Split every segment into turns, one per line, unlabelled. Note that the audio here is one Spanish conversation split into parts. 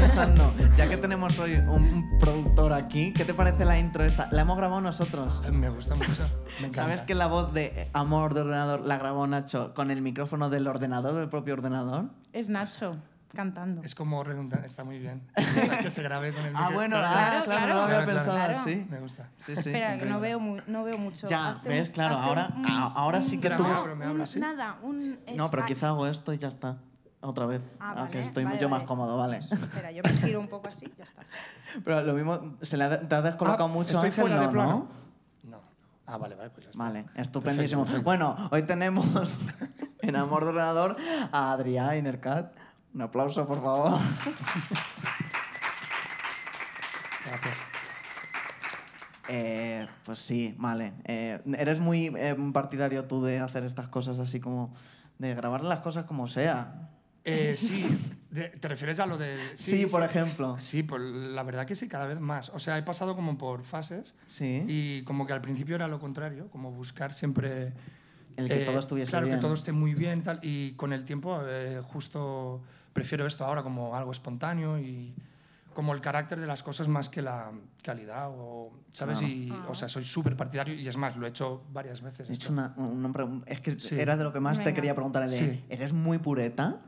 pasando? Ya que tenemos hoy un productor aquí, ¿qué te parece la intro esta? La hemos grabado nosotros.
Me gusta mucho.
Me ¿Sabes que la voz de Amor de ordenador la grabó Nacho con el micrófono del ordenador, del propio ordenador?
Es Nacho cantando.
Es como redundante, está muy bien. Me gusta que se grabe con el
Ah,
micro-
bueno,
Claro,
ah, claro,
claro,
no lo había
claro,
pensado
claro.
así.
Me gusta.
Sí, sí,
Espera, que no
increíble.
veo, mu- no veo mucho.
Ya,
Hazte
ves,
un-
claro,
hazte
ahora-
un-
a- ahora sí que
tú- Me abro, me abro,
un-
¿sí?
Nada, un.
No, pero
es-
quizá hago esto y ya está. Otra vez.
Ah,
aunque
vale,
estoy
vale,
mucho más
vale.
cómodo, vale.
Espera, yo me giro un poco así, ya está.
Pero lo mismo, se le ha, te has descolocado
Ah,
mucho.
Estoy
Ángel,
fuera
no,
de
¿no?
plano. No. Ah, vale, vale, pues ya está.
Vale, estupendísimo. Bueno, hoy tenemos en Amor de Ordenador a Adrián Inercat. Un aplauso, por favor.
Gracias.
Eh, pues sí, vale. Eh, eres muy eh, partidario tú de hacer estas cosas así como... De grabar las cosas como sea.
Eh, sí, de- ¿te refieres a lo de...?
Sí, por ejemplo.
Sí, pues la verdad que sí, cada vez más. O sea, he pasado como por fases
Sí.
y como que al principio era lo contrario, como buscar siempre...
El que
eh,
todo estuviese
Claro,
bien.
que todo esté muy bien tal, y con el tiempo eh, justo prefiero esto ahora como algo espontáneo y como el carácter de las cosas más que la calidad o, ¿sabes?
Claro.
Y,
Ah.
O sea, soy súper partidario y es más, lo he hecho varias veces.
He
esto.
hecho una, una pregun- es que
Sí.
era de lo que más te
Venga.
quería preguntar. de,
Sí.
¿Eres muy pureta?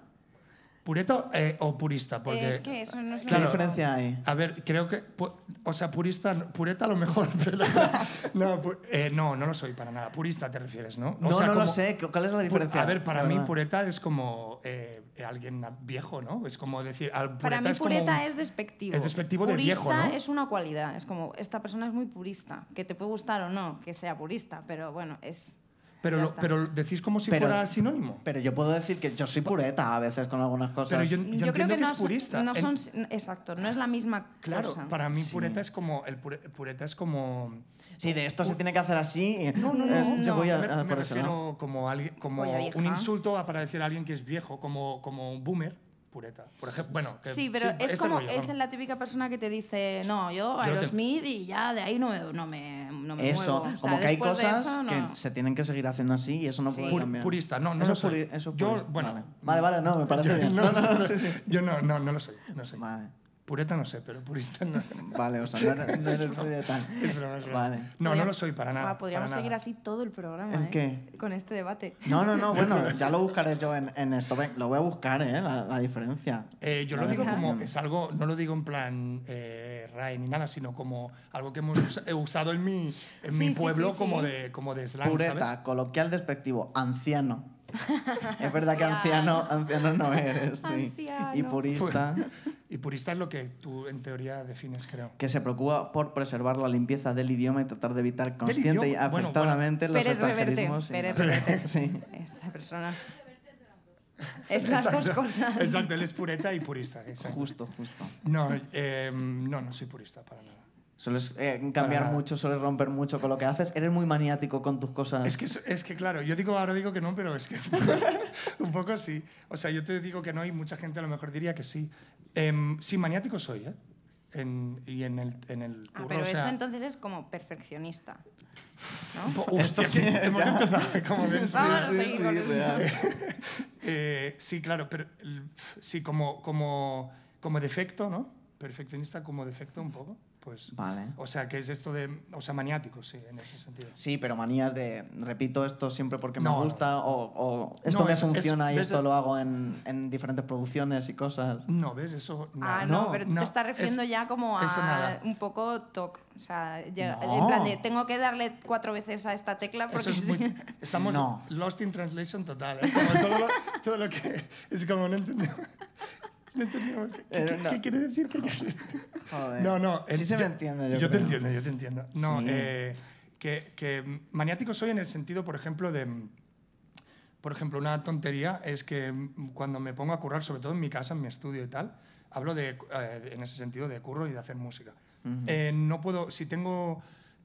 ¿Pureto eh, o purista? Porque...
Es que eso no es
¿Qué
Claro.
diferencia hay?
A ver, creo que. pu- O sea, purista. no- Pureta a lo mejor, pero. no, pu- eh, no, no lo soy para nada. Purista te refieres, ¿no? O
No,
sea,
no lo
como-
sé. ¿cu- ¿Cuál es la
pu-
diferencia?
A ver, para
La
mí,
verdad.
pureta es como eh, alguien viejo, ¿no? Es como decir. al- pureta
Para mí,
es como
pureta
un-
es despectivo.
es despectivo de
purista
viejo, ¿no?
es una cualidad. Es como, esta persona es muy purista. Que te puede gustar o no, que sea purista, pero bueno, es.
Pero,
ya
lo-
está.
pero decís como si
Pero-
fuera sinónimo.
Pero yo puedo decir que yo soy pureta a veces con algunas cosas.
Pero yo, yo entiendo que,
no
es
son-
purista.
No
En-
son, exacto, no es la misma
claro,
cosa.
para mí,
Sí.
pureta es como. El pure- pureta es como.
Sí, de esto se tiene que hacer así. y-
No, no, no.
Es- Yo
no,
voy a,
me,
a
me
por eso,
refiero
¿no?
como, alguien, como
Polla vieja.
un insulto a- para decir a alguien que es viejo, como, como un boomer, pureta. Por ejemplo, bueno, que-
Sí, pero es
ese
como
rollo,
es
vamos.
la típica persona que te dice, no, yo
Yo te-
Aerosmith y ya de ahí no, me- no me, no me
Eso,
muevo. O sea,
como que hay
después de
cosas
eso, no.
que se tienen que seguir haciendo así y eso no
Sí.
puede
Pur-
cambiar.
purista, no, no
eso
lo
es
soy.
puri- eso es
Yo,
purista,
bueno.
vale. vale, vale, no, me parece bien.
No,
No, no,
no,
sí, sí.
Yo no, no, no lo soy. No soy.
Vale,
Pureta no sé, pero purista no.
vale, o sea, no, eres- no eres muy de tal.
Es broma, es broma.
Vale.
No, no
Podríamos-
lo soy para nada.
Ah, podríamos
para
seguir
nada.
así todo el programa.
¿El
¿eh?
qué?
Con este debate.
No, no, no, bueno, ya lo buscaré yo en, en esto. Ven, Lo voy a buscar, ¿eh? La, la diferencia.
Eh, yo
La
lo digo como,
definición.
es algo, no lo digo en plan eh, RAE ni nada, sino como algo que hemos usa- he usado en mi, en
Sí,
mi
sí, sí,
pueblo
sí.
como, De, como de slang,
Pureta,
¿sabes?
coloquial despectivo, anciano. es verdad que anciano, anciano no eres, sí. Y
Anciano.
purista,
Y purista es lo que tú en teoría defines, creo.
que se preocupa por preservar la limpieza del idioma y tratar de evitar consciente y
idioma? Bueno, bueno.
afectadamente los
Pérez Reverte,
extranjerismos. y-
Pérez Reverte.
Sí.
Esta persona. Estas dos
Exacto,
cosas.
Exacto, él es pureta y purista. exacto.
Justo, justo.
No, eh, no, no soy purista para nada.
Sueles eh, cambiar
nada.
mucho, sueles romper mucho con lo que haces. Eres muy maniático con tus cosas.
Es que, es- es que claro, yo digo ahora digo que no, pero es que un poco sí. O sea, yo te digo que no y mucha gente a lo mejor diría que sí. Em, sí, maniático soy, ¿eh? En- y en el, en el
Ah,
curro,
pero
o sea,
eso entonces es como perfeccionista.
po- hostia,
Esto sí,
que hemos
ya.
empezado eh, como bien
Ah,
Vamos a
serios.
seguir con esto.
real.
Eh, sí, claro, pero el- sí, como, como, como defecto, ¿no? Perfeccionista como defecto un poco, pues...
Vale.
O sea, que es esto de... O sea, maniático, sí, en ese sentido.
Sí, pero manías de repito esto siempre porque
No,
me
no.
gusta o, o esto
No,
me
es- es-
funciona y
ves-
esto lo hago en, en diferentes producciones y cosas.
No, ¿ves? Eso... no.
Ah, no,
No,
pero tú te estás
es-
refiriendo ya como a
eso nada.
un poco toc. O sea, ya-
No.
en plan de tengo que darle cuatro veces a esta tecla porque
Eso es
si
muy,
no-
estamos
No.
lost in translation total. ¿eh? Como todo, lo, todo lo que es como no entendemos. No entendemos. ¿Qué, qué-
Eh, no.
qué quiere decir? ¿Qué quiere decir?
Joder.
No, no.
Sí
eh,
se me entiende. Yo,
te
creo.
entiendo, yo te entiendo. No,
Sí.
eh, que, que maniático soy en el sentido, por ejemplo, de... mm, Por ejemplo, una tontería es que mm, cuando me pongo a currar, sobre todo en mi casa, en mi estudio y tal, hablo de, eh, en ese sentido de curro y de hacer música. Eh, no puedo, si tengo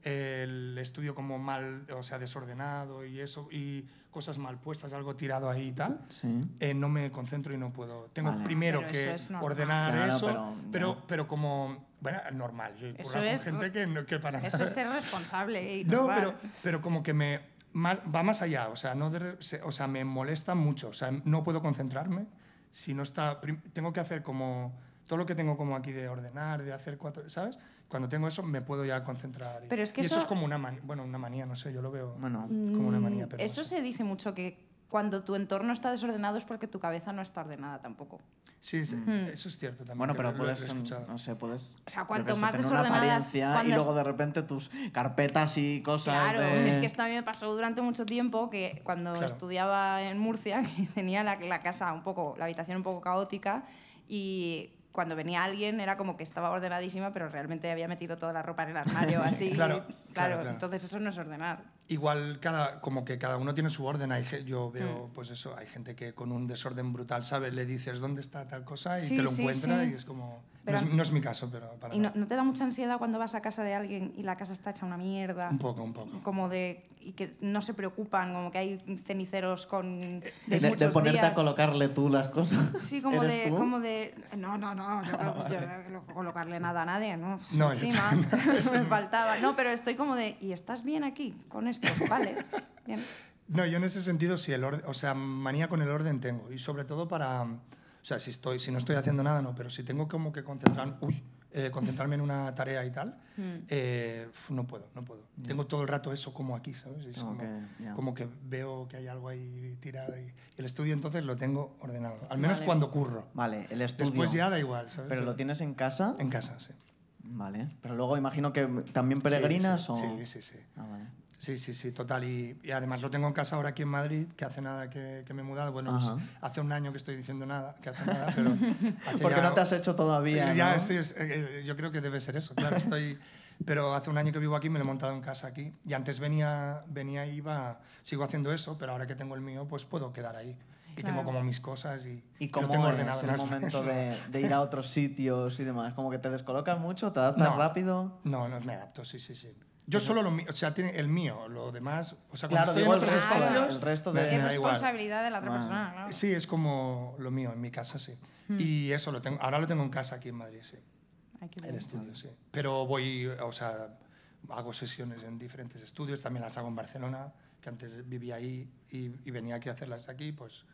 el estudio como mal, o sea, desordenado y eso, y cosas mal puestas, algo tirado ahí y tal,
Sí.
eh, no me concentro y no puedo. Tengo
Vale.
primero
Pero
que
eso es normal.
ordenar
Claro,
eso,
pero-
pero,
ya.
pero, como, bueno, normal. Yo he
Eso
currado con
es-
gente que, no- que para
Eso
nada-
es ser responsable. Y
no,
normal.
pero, pero como que me más- va más allá, o sea, no de re- se- o sea, me molesta mucho, o sea, no puedo concentrarme si no está prim- tengo que hacer como todo lo que tengo como aquí de ordenar, de hacer cuatro, ¿sabes? Cuando tengo eso me puedo ya concentrar. Y,
Pero es que
y eso,
eso-
es como una manía, bueno, una manía, no sé, yo lo veo
Bueno,
como una manía.
Mm,
Pero
Eso
no sé.
se dice mucho que cuando tu entorno está desordenado es porque tu cabeza no está ordenada tampoco.
Sí, sí, eso es cierto también.
bueno,
que
pero
lo- lo- lo he
puedes, mm,
escuchado.
no sé, puedes...
O sea,
yo
cuanto
qué sé,
más
tener una
desordenada-
apariencia y
cuando es-
luego de repente tus carpetas y cosas
Claro,
de-
es que esto a mí me pasó durante mucho tiempo que cuando
Claro.
estudiaba en Murcia, que tenía la, la casa un poco, la habitación un poco caótica y cuando venía alguien era como que estaba ordenadísima, pero realmente había metido toda la ropa en el armario así.
Claro,
claro,
claro, claro.
entonces eso no es ordenar.
Igual cada, como que cada uno tiene su orden. Hay, ge-
Mm.
yo veo, pues eso, hay gente que con un desorden brutal, ¿sabes? Le dices dónde está tal cosa y
Sí,
te lo
sí,
encuentra
sí.
y es como...
Pero-
no, es, no es mi caso, pero para
¿Y no,
nada.
no te da mucha ansiedad cuando vas a casa de alguien y la casa está hecha una mierda?
Un poco, un poco.
Como de... y que no se preocupan, como que hay ceniceros con... de
de, de
muchos
ponerte a
días.
colocarle tú las cosas.
Sí, como
¿Eres
de,
tú?
como de. No, no, no, yo, yo no quiero colocarle nada a nadie, ¿no?
No, yo
Encima, me faltaba. No, pero estoy como de. ¿Y estás bien aquí con esto? Vale. Bien.
No, yo en ese sentido sí, el orden, o sea, manía con el orden tengo. Y sobre todo para, o sea, si, estoy, si no estoy haciendo nada, no, pero si tengo como que concentrar, uy, eh, concentrarme en una tarea y tal, eh, uf, no puedo, no puedo. Tengo todo el rato eso como aquí, ¿sabes? Es
Como
como,
que, ya.
como que veo que hay algo ahí tirado. Y, y el estudio entonces lo tengo ordenado, al menos
Vale.
cuando curro.
Vale, el estudio.
Después ya da igual, ¿sabes?
Pero lo tienes en casa.
En casa, sí.
Vale. Pero luego imagino que también peregrinas
Sí,
o.
sí, sí, sí.
Ah, vale.
Sí, sí, sí, total. Y, y además lo tengo en casa ahora aquí en Madrid, que hace nada que, que me he mudado. Bueno, pues,
Ajá.
hace un año que estoy diciendo nada, que hace nada, pero... hace
Porque
ya-
no te has hecho todavía.
Ya,
¿no?
estoy- es- eh, eh, yo creo que debe ser eso, claro, estoy... Pero hace un año que vivo aquí, me lo he montado en casa aquí. Y antes venía, venía y iba, sigo haciendo eso, pero ahora que tengo el mío, pues puedo quedar ahí. Y
Claro.
tengo como mis cosas y,
¿Y
lo
cómo
tengo
es el
las-
momento de, de ir a otros sitios y demás? ¿Como que te descolocas mucho? ¿Te adaptas
No.
rápido?
No, no me adapto, sí, sí, sí. Yo solo lo mío, o sea, tiene el mío, lo demás, o sea,
Claro,
cuando estoy
digo
en
el
otros
resto de-
espacios,
el resto
me-
de-
me
Es
da igual.
responsabilidad de la otra
Bueno,
persona, claro.
Sí, es como lo mío, en mi casa sí.
Hmm.
Y eso lo tengo, ahora lo tengo en casa aquí en Madrid, sí.
Hay que
Eh,
El
ver.
estudio, sí. Pero voy, o sea, hago sesiones en diferentes estudios, también las hago en Barcelona, que antes vivía ahí y, y venía aquí a hacerlas aquí, pues,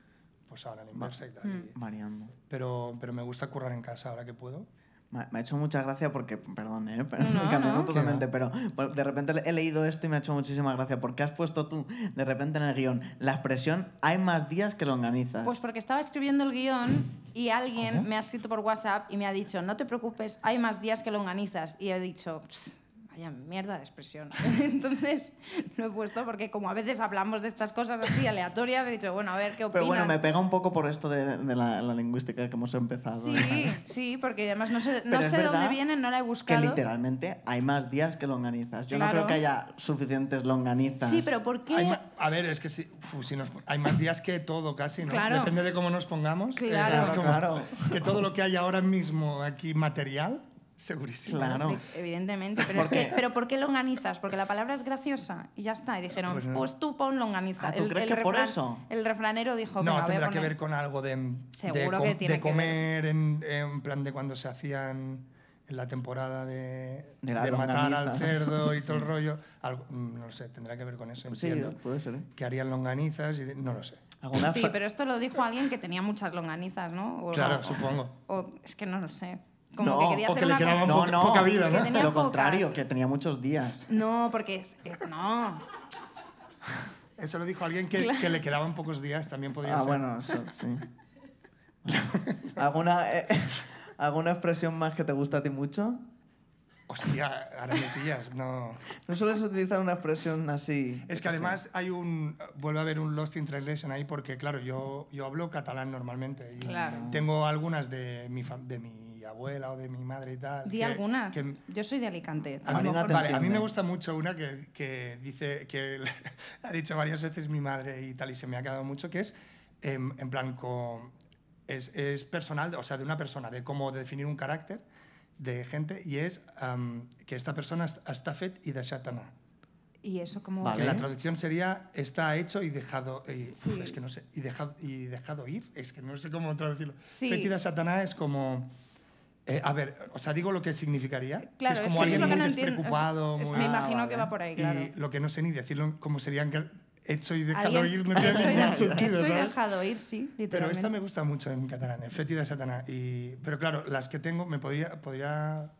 pues ahora en la inversa y tal.
Hmm.
y-
Variando.
Pero, pero me gusta currar en casa ahora que puedo.
Me me ha hecho mucha gracia porque, perdón, ¿eh? pero,
No,
cambiando
no.
totalmente,
Que
pero por- de repente he leído esto y me ha hecho muchísima gracia porque has puesto tú de repente en el guión la expresión hay más días que lo organizas.
Pues porque estaba escribiendo el guión y alguien me ha escrito por WhatsApp y me ha dicho, no te preocupes, hay más días que lo organizas. Y he dicho, "Ps, vaya mierda de expresión. Entonces lo he puesto porque como a veces hablamos de estas cosas así aleatorias, he dicho, bueno, a ver qué opinan.
pero bueno, me pega un poco por esto de, de la, la lingüística que hemos empezado.
Sí, sí, porque además no sé,
Pero
no
es
sé de dónde
verdad
vienen, no la he
Que
buscado.
literalmente hay más días que longanizas. Yo no
Claro.
creo que haya suficientes longanizas.
Sí, pero ¿por qué?
Hay ma- a ver, es que si, uf, si nos- hay más días que todo casi, ¿no?
Claro.
Depende de cómo nos pongamos. eh,
Claro.
es como
Claro.
Que todo lo que hay ahora mismo aquí material, segurísimo.
Claro.
Hombre, Evidentemente, pero,
Ah, ¿Por
es que-
qué?
pero ¿por qué longanizas? Porque la palabra es graciosa y ya está. Y dijeron,
Pues
pues,
no.
tú pon longaniza.
Ah, ¿tú crees que por eso?
El refranero
No,
dijo, Pues "Venga, voy a
tendrá que
poner".
ver con algo de, de,
Seguro que tiene
de
que ver.
comer en, en plan de cuando se hacían en la temporada de,
De la
de matar al
longaniza.
cerdo y todo el rollo. Algo- mm, no sé, tendrá que ver con eso,
Sí,
entiendo.
puede ser. ¿eh?
Que harían longanizas y de- no lo sé.
Alguna
Sí,
fra-
pero esto lo dijo alguien que tenía muchas longanizas, ¿no? O-
Claro,
o-
supongo.
o- es que no lo sé. Como
No,
que quería
o
hacer
que le
una-
quedaban
No,
poca-
no,
poca vida,
que
¿no?
tenía
lo
pocas.
contrario, que tenía muchos días.
No, porque... es- eh, no.
Eso lo dijo alguien que, que le quedaban pocos días, también podría
Ah,
ser.
bueno, eso, sí. ¿Alguna, eh, ¿Alguna expresión más que te gusta a ti mucho?
Hostia, ahora me pillas, no.
¿No sueles utilizar una expresión así?
Es que además hay un. Vuelve a haber un Lost in Translation ahí, porque claro, yo, yo hablo catalán normalmente. Y
Claro.
Tengo algunas de mi, fam- de mi abuela o de mi madre y tal.
Di
que-
alguna.
que-
Yo soy de Alicante.
A Marina
mejor-
te
vale, a mí
entiende.
me gusta mucho una que, que dice, que ha dicho varias veces mi madre y tal, y se me ha quedado mucho, que es em, en plan, con, es, es personal, o sea, de una persona, de cómo definir un carácter de gente, y es am, que esta persona es- està fet i deixat anar.
Y eso como...
Vale.
Que la traducción sería está hecho y dejado y,
Sí.
es que no sé, y dejado y dejado ir, es que no sé cómo traducirlo.
Sí.
Fetida Satanás es como eh, a ver, o sea, digo lo que significaría, que
Claro,
es
eso
como
es
alguien
lo que
muy
no entiendo. O sea,
despreocupado,
es-
muy
me
Ah,
imagino
vale.
que va por ahí, claro.
y lo que no sé ni decirlo cómo sería en, gal- hecho y dejado
Alguien-
ir no tiene
Soy
ningún
de-
sentido,
soy
¿sabes?
dejado ir, sí,
Pero
literalmente.
esta me gusta mucho en catalán, eh, Feti de Satana. Y, pero claro, las que tengo, me podría, podría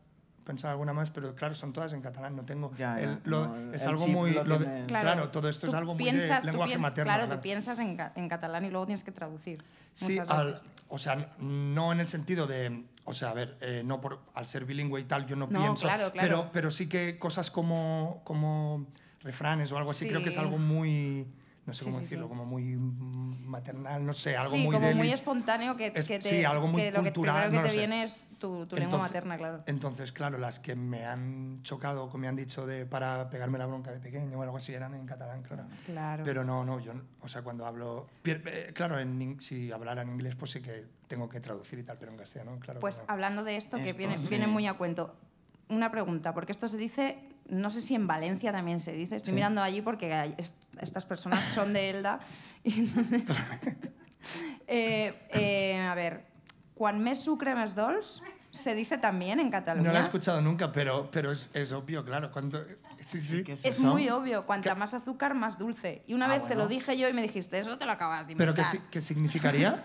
pensar alguna más, pero claro, son todas en catalán, no tengo...
Ya, ya,
el- lo-
no,
es
el
algo
chip
muy...
lo
lo de-
tienes.
claro, todo esto es
tú
algo muy
piensas-
de
tú
lenguaje
piensas-
materno.
Claro,
claro.
tú piensas en, ca- en catalán y luego tienes que traducir.
Sí,
muchas
al-
veces.
o sea, no en el sentido de, o sea, a ver, eh, no por, al ser bilingüe y tal, yo no,
No,
pienso,
claro, claro.
Pero, pero sí que cosas como, como refranes o algo así, creo que es
Sí.
algo muy, no sé
Sí,
cómo
sí,
decirlo,
sí.
como muy mm, maternal, no sé, algo
sí,
muy
como
del-
muy espontáneo que,
es-
que te,
sí, algo muy
que lo que
cultural,
primero que
no lo
te
sé.
viene es tu, tu lengua
Entonces-
materna, claro.
Entonces, claro, las que me han chocado, que me han dicho de, para pegarme la bronca de pequeño o algo así, eran en catalán, claro.
Claro.
Pero no, no, yo, no- o sea, cuando hablo, pier- eh, claro, en in- si hablara en inglés, pues sí que tengo que traducir y tal, pero en castellano, claro. que
Pues
no.
hablando de esto, que
Esto,
viene,
sí.
viene muy a cuento, una pregunta, porque esto se dice, no sé si en Valencia también se dice, estoy
Sí.
mirando allí porque hay- est- estas personas son de Elda. Y entonces- Eh, eh, a ver, quan més sucre més dolç, se dice también en Cataluña.
No la he escuchado nunca, pero, pero es, es obvio, claro. Cuando, sí, sí.
¿Qué es
Es
eso?
muy obvio, cuanta más azúcar, más dulce. Y una
Ah,
vez te
bueno.
lo dije yo y me dijiste, eso te lo acabas de
¿Pero
inventar.
qué, si- qué significaría?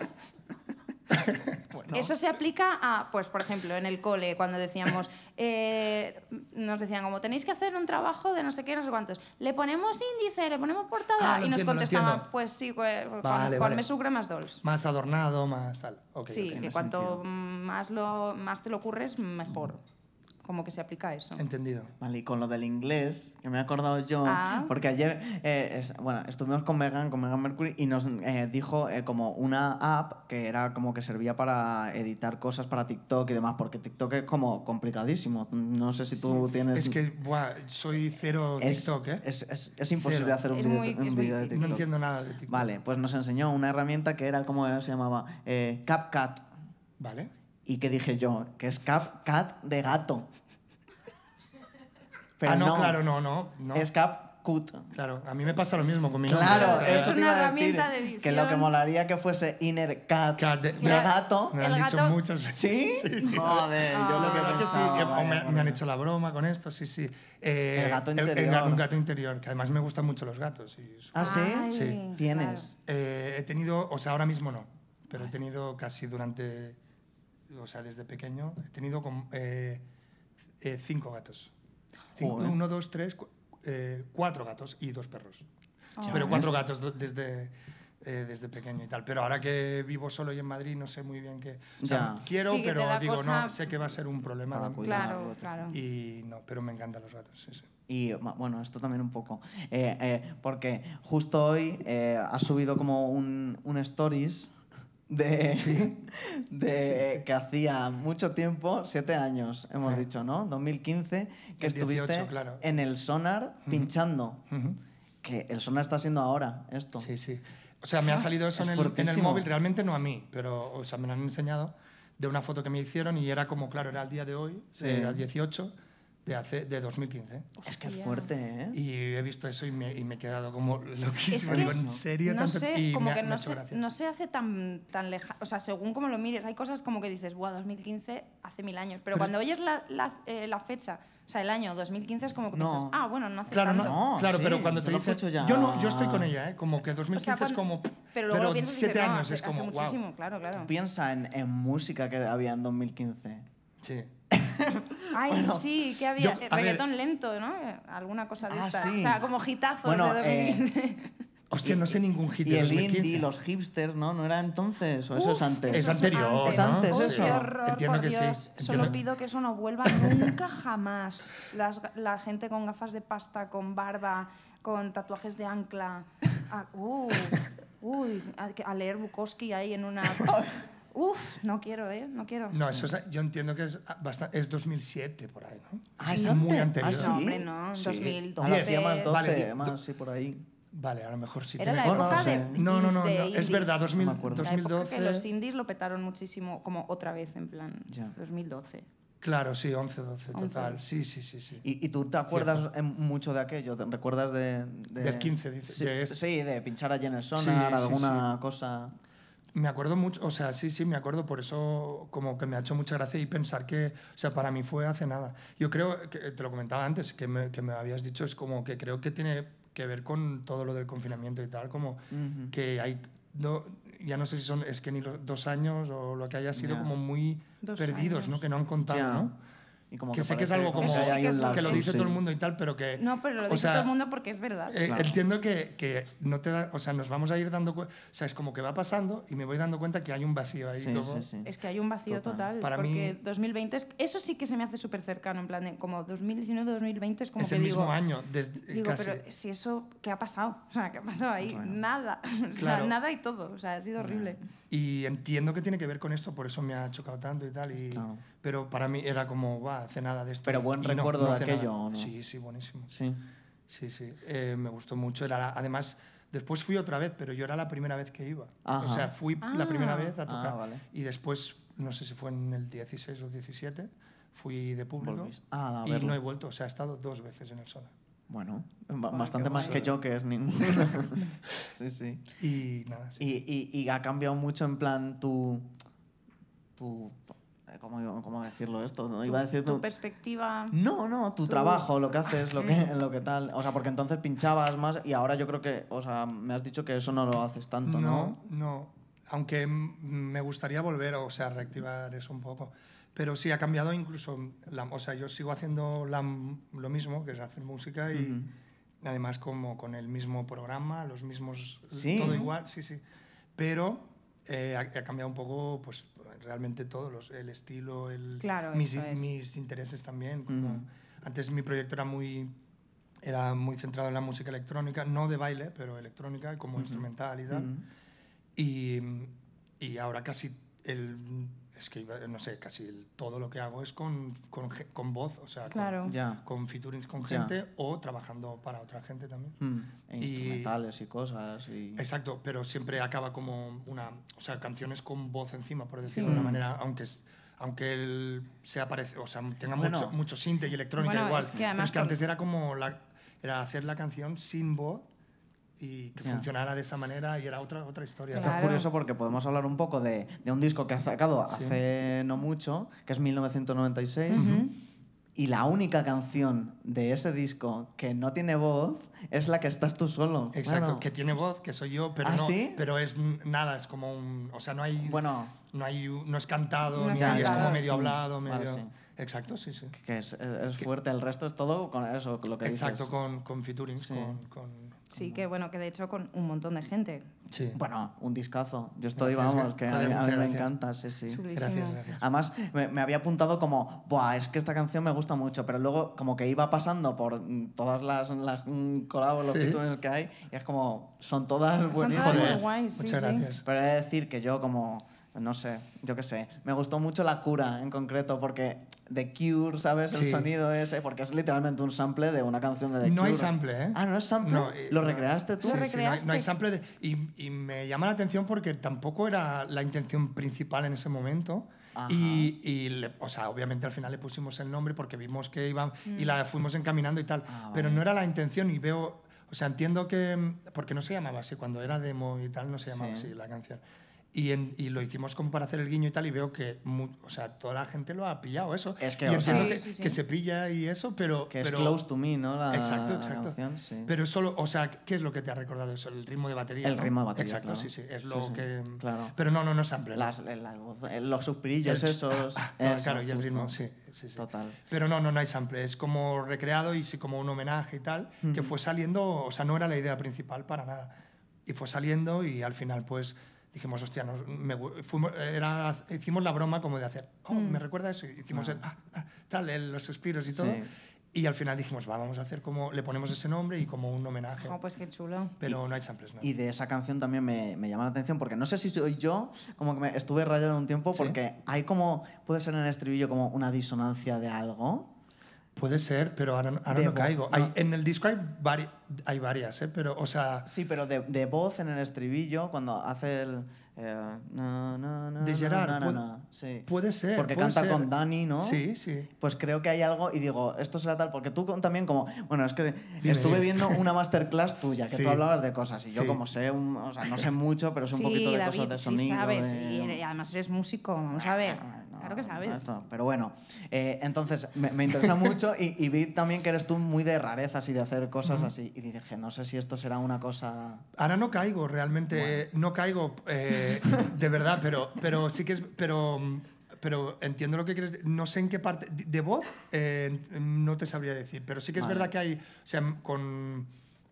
Bueno,
Eso se aplica a, pues, por ejemplo, en el cole, cuando decíamos, eh, nos decían como tenéis que hacer un trabajo de no sé qué, no sé cuántos. Le ponemos índice, le ponemos portada
Ah, lo
y nos
entiendo, lo
contestaban,
entiendo.
pues sí, pues, con,
Vale,
con
vale.
més sucre más dolç.
Más adornado, más tal. Ok,
sí,
ok.
que
tiene
cuanto
sentido.
más, lo, más te lo ocurres, mejor. Como que se aplica eso.
Entendido.
Vale, y con lo del inglés, que me he acordado yo,
Ah.
porque ayer eh, es- bueno, estuvimos con Megan, con Megan Mercury, y nos eh, dijo eh, como una app que era como que servía para editar cosas para TikTok y demás, porque TikTok es como complicadísimo. No sé si tú tienes...
Es que, buah, soy cero
es,
TikTok, ¿eh?
es- es- es imposible
Cero.
hacer un
Es
vídeo
muy-
un
es muy
vídeo de TikTok.
difícil.
No entiendo nada de TikTok.
Vale, pues nos enseñó una herramienta que era, ¿cómo era? se llamaba? Eh, CapCut.
Vale.
¿Y que dije yo? Que es CapCut de gato. Pero
ah, no,
no,
claro, no, no. no.
Es CapCut.
Claro, a mí me pasa lo mismo con mi nombre,
Claro,
o sea,
eso
Es
te
una
iba a
herramienta
decir,
de
Que lo que
edición.
molaría que fuese Inner Cat,
Cat de-
de
Claro.
gato.
Me lo
El
han dicho
gato-
muchas veces.
¿Sí? Joder, yo
Ah.
lo que
Claro que sí,
pensaba,
que- o
vaya,
me, me
bueno.
han hecho la broma con esto, sí, sí. Eh,
El gato
El,
interior.
un gato interior, que además me gustan mucho los gatos. y es-
Ah, ¿sí?
Ay,
Sí.
Tienes.
Eh, he tenido, o sea, ahora mismo no, pero he tenido casi durante, o sea, desde pequeño, he tenido como, eh, eh, cinco gatos. Cinco-
Joder.
uno, dos, tres, cu- eh, cuatro gatos y dos perros.
Oh.
Pero
Ya
cuatro
ves.
gatos do- desde, eh, desde pequeño y tal. Pero ahora que vivo solo y en Madrid, no sé muy bien qué. O sea,
Ya.
quiero,
Sí, que te
pero
da
digo, no,
cosa-
sé que va a ser un problema.
Para
de-
cuidar.
Claro, claro.
Y no, pero me encantan los gatos, sí, sí.
Y ma- bueno, esto también un poco. Eh, eh, porque justo hoy eh, has subido como un, un stories de, de
Sí, sí.
que hacía mucho tiempo, siete años hemos
Ah.
dicho, ¿no? 2015, que
El 18,
estuviste
claro.
en el sonar pinchando.
Ujú.
Que el sonar está siendo ahora esto.
Sí, sí. O sea,
Ah,
me ha salido eso
Es
en el, en el
fuertísimo.
móvil, realmente no a mí, pero o sea, me lo han enseñado de una foto que me hicieron y era como, claro, era el día de hoy, eh,
Sí.
era el 18 de, hace, de 2015.
Es que es
Hostia.
fuerte, ¿eh?
Y he visto eso y me, y me he quedado como
Es
loquísimo.
que
Digo, ¿en serio?
no
tanto?
sé,
y
como
me, ha-
que
me ha
no
hecho
se,
gracia.
no se hace tan, tan lejano. O sea, según como lo mires, hay cosas como que dices, wow, 2015 hace mil años. Pero,
Pero-
cuando oyes la, la, eh, la fecha, o sea, el año 2015 es como que
No.
piensas, ah, bueno, no hace
Claro,
tanto.
no,
No,
claro
sí,
pero cuando
yo
te
lo
dicen...
escucho ya.
Yo, no, yo estoy con ella, ¿eh? Como que
O
2015
sea,
es
cuando-
como...
Pero luego lo piensas y dices,
siete
no,
años
hace,
es como...
hace
wow.
muchísimo, claro, claro.
Piensa en, en música que había en 2015.
Sí.
Ay,
Bueno,
sí, que había
yo-
eh,
a ver-
reggaetón lento, ¿no? Alguna cosa de
Ah,
esta.
sí.
O sea, como hitazos
Bueno,
de
eh,
2015.
Hostia, no sé ningún hit
Y
de
el
2015.
indie, los hipsters, ¿no? ¿No era entonces? ¿O eso es
Uf,
antes?
Es
eso
anterior,
¿no? Es antes,
Uy,
eso.
Oh, qué horror,
Entiendo
por
que sí,
Dios. Solo
entiendo.
pido que eso no vuelva nunca jamás. Las ga- la gente con gafas de pasta, con barba, con tatuajes de ancla. Ah, uh, uy, a, que- a leer Bukowski ahí en una... Uf, no quiero, ¿eh? No quiero.
No, eso es- yo entiendo que es, basta- es 2007 por ahí, ¿no?
Ah,
es
¿es
muy
antes?
anterior.
Ah, sí.
No, hombre, no.
Sí.
Ah, lo
2012.
hacía más 12,
Vale, di-
más sí, por ahí.
Vale, a lo mejor sí.
Era
tiene-
la
Bueno,
época
no sé.
de,
No, no, no,
de
no, es
indies.
verdad,
me
2000
acuerdo.
La época que los
2012.
indies lo petaron muchísimo, como otra vez, en plan,
Ya.
2012.
Claro, sí, 11, 12, total.
11.
Sí, sí, sí, sí.
¿Y, y tú te acuerdas em, mucho de aquello? ¿Te recuerdas de...? de-
Del 15, dices,
Sí,
de este.
sí, de pinchar allí en el sonar,
sí,
alguna cosa...
Me acuerdo mucho, o sea, sí, sí, me acuerdo, por eso como que me ha hecho mucha gracia y pensar que, o sea, para mí fue hace nada. Yo creo, que te lo comentaba antes, que me, que me habías dicho, es como que creo que tiene que ver con todo lo del confinamiento y tal, como
Ujú.
que hay, no- ya no sé si son, es que ni los dos años o lo que haya sido,
Ya.
como muy
Dos
perdidos,
años.
¿no? Que no han contado,
Ya.
¿no?
Y como
que sé que es algo como-
Eso sí
hay
que
un
es-
Que lo
lapsus,
dice
sí.
todo el mundo y tal, pero que...
No, pero lo
o
dice
sea,
todo el mundo porque es verdad.
eh,
Claro.
Entiendo que, que no te da, o sea, nos vamos a ir dando cuenta, o sea, es como que va pasando y me voy dando cuenta que hay un vacío ahí.
Sí,
como-
sí, sí.
Es que hay un vacío
Total.
total.
Para
porque
mí-
2020, es- eso sí que se me hace súper cercano, en plan, de, como 2019-2020 es como
Es
que
el
digo,
mismo año, desde, eh,
digo,
casi.
pero si eso, ¿qué ha pasado? O sea, ¿qué ha pasado ahí?
Claro.
Nada, o sea,
Claro.
nada y todo, o sea, ha sido horrible.
Y entiendo que tiene que ver con esto, por eso me ha chocado tanto y tal. Y,
Pues Claro.
Pero para mí era como, va, hace nada de esto.
Pero buen
Y
recuerdo de
hace nada.
aquello, ¿o no?
Sí, sí, buenísimo.
Sí.
Sí, sí. Eh, me gustó mucho. Era la- además, después fui otra vez, pero yo era la primera vez que iba.
Ajá.
O sea, fui
Ah.
la primera vez
Ah,
a tocar.
vale.
Y después, no sé si fue en el 16 o 17, fui de público.
Volvís. Ah, a
y
verlo.
no he vuelto. O sea, he estado dos veces en el Soda.
Bueno, ba-
qué
bastante más que
guay.
yo, que es ninguno. sí, sí.
Y nada, sí.
Y, y- y ha cambiado mucho en plan tu... tu ¿cómo, digo- cómo decirlo esto? No, iba a decir
tu,
tu-
perspectiva.
Mm.
No, no, tu
tu-
trabajo, lo que haces, lo que, lo que tal. O sea, porque entonces pinchabas más y ahora yo creo que, o sea, me has dicho que eso no lo haces tanto, ¿no?
No, no. Aunque mm, me gustaría volver, o sea, reactivar eso un poco. Pero sí, ha cambiado incluso. La, o sea, yo sigo haciendo la- lo mismo, que es hacer música y además como con el mismo programa, los mismos.
Sí.
Todo igual, sí, sí. Pero eh, ha, ha cambiado un poco, pues realmente todo, los- el estilo, el,
Claro,
mis,
eso es.
mis intereses también. como-
Ujú.
Antes mi proyecto era muy era muy centrado en la música electrónica, no de baile, pero electrónica, como instrumental y tal.
Ujú.
Y, y ahora casi el es que iba- no sé, casi el- todo lo que hago es con, con, ge- con voz, o sea, con-
Claro.
Ya.
con, featurings con
Ya.
gente o trabajando para otra gente también.
Mm, e
Y-
instrumentales y cosas. Y...
Exacto, pero siempre acaba como una, o sea, canciones con voz encima, por decirlo
Sí.
de una manera, aunque es- aunque él se aparece, o sea, tenga
Bueno.
mucho, mucho sinte y electrónica
Bueno,
igual.
es que
pero
además
es que
con-
antes era como la, era hacer la canción sin voz y que
Ya.
funcionara de esa manera y era otra otra historia.
Esto es
Claro.
curioso porque podemos hablar un poco de, de un disco que has sacado
Sí.
hace no mucho, que es 1996.
Ujú.
Y la única canción de ese disco que no tiene voz es la que estás tú solo.
Exacto,
Bueno,
que tiene voz, que soy yo, pero
¿Ah,
no,
sí?
pero es n- nada, es como un, o sea, no hay
bueno,
no hay un- no es cantado,
No
ni
es
es, como
cantado.
medio hablado,
Mm, Vale,
medio
sí.
Exacto, sí, sí.
que es, es fuerte, el resto es todo con eso, lo que
Exacto,
dices.
con, con featurings,
Sí.
con, con-
Sí, que bueno, que de hecho con un montón de gente.
Sí.
Bueno, un discazo. Yo estoy,
Gracias,
vamos, que a
joder,
mí, a
muchas
mí me
gracias.
encanta, sí, sí.
Chulísimo.
Gracias, gracias.
Además, me, me había apuntado como, Buah, es que esta canción me gusta mucho, pero luego como que iba pasando por mm, todas las, las mm, collabs, los
Sí.
features que hay, y es como, son todas
Son
buenísimas.
todas muy
Joder,
guays, sí,
muchas
sí.
gracias.
Pero he de decir que yo como, no sé, yo qué sé, me gustó mucho la cura en concreto, porque The Cure, ¿sabes? El
Sí.
sonido ese, porque es literalmente un sample de una canción de The
No
Cure.
hay sample, ¿eh?
Ah, no es sample.
No, eh,
¿Lo
no.
recreaste tú?
Sí,
¿Lo
sí, no, hay, no hay
recreaste?
sample. de- y, y me llama la atención porque tampoco era la intención principal en ese momento.
Ajá.
Y, y le- o sea, obviamente al final le pusimos el nombre porque vimos que iban y
Mm.
la fuimos encaminando y tal.
Ah,
Pero
vale.
no era la intención y veo, o sea, entiendo que, mm, porque no se llamaba así, cuando era demo y tal, no se llamaba
Sí.
así la canción. Y, en- y lo hicimos como para hacer el guiño y tal, y veo que mu- o sea, toda la gente lo ha pillado eso.
Es que,
Y
o
entiendo
sea-
que,
Sí, sí, sí.
que se pilla y eso, pero...
Que es
pero-
Close to Me, ¿no? La,
Exacto,
la
exacto.
canción, sí.
pero solo, o sea, ¿qué es lo que te ha recordado eso? El ritmo de batería.
El
¿no?
ritmo de batería,
Exacto,
claro.
sí, sí. Es
Sí,
lo
sí,
que.
claro.
Pero no, no, no es sample. ¿no?
Las- las voces- eh, los suspirillos
El-
esos.
Ah, ah,
eso,
claro, y el
justo.
ritmo, sí, sí, sí.
Total.
Pero no, no, no hay sample. Es como recreado y sí, como un homenaje y tal, que fue saliendo, o sea, no era la idea principal para nada. Y fue saliendo y al final, pues dijimos, hostia, nos- me gu- fuimos- era, hicimos la broma como de hacer, oh,
Mm.
me recuerda eso. Y hicimos el, ah, ah, tal, el- los suspiros y todo.
Sí.
Y al final dijimos, va, vamos a hacer como, le ponemos ese nombre y como un homenaje.
Jo, pues qué chulo.
Pero no hay samples, ¿no?
Y de esa canción también me, me llama la atención, porque no sé si soy yo, como que me estuve rayado un tiempo,
Sí.
porque hay como, puede ser en el estribillo como una disonancia de algo.
Puede ser, pero ahora, no- ahora
De
no
voz,
caigo.
no.
Hay- en el disco hay, vari- hay varias, ¿eh? Pero, o sea,
Sí, pero de, de voz en el estribillo, cuando hace el... eh, na, na, na,
De
na,
Gerard,
na, na,
puede-
na. Sí.
puede ser.
Porque
puede
canta
ser.
con Dani, ¿no?
Sí, sí.
Pues creo que hay algo y digo, esto será tal, porque tú con- también como, bueno, es que
Dime,
estuve
dime.
viendo una masterclass tuya, que
Sí.
tú hablabas de cosas y yo
Sí.
como sé, un- o sea, no sé mucho, pero es un
sí,
poquito de
David,
cosas de sonido.
sí sabes.
de-
Ah,
Y eres- además eres músico, vamos a ver.
No,
Claro que sabes.
Esto, Pero bueno, eh, entonces me, me interesa mucho y, y vi también que eres tú muy de rarezas y de hacer cosas así. Y dije, no sé si esto será una cosa...
Ahora no caigo, realmente no caigo eh, de verdad, pero, pero sí que es. Pero, pero entiendo lo que quieres. No sé en qué parte. De voz eh, no te sabría decir, pero sí que es
Vale.
verdad que hay. O sea, con.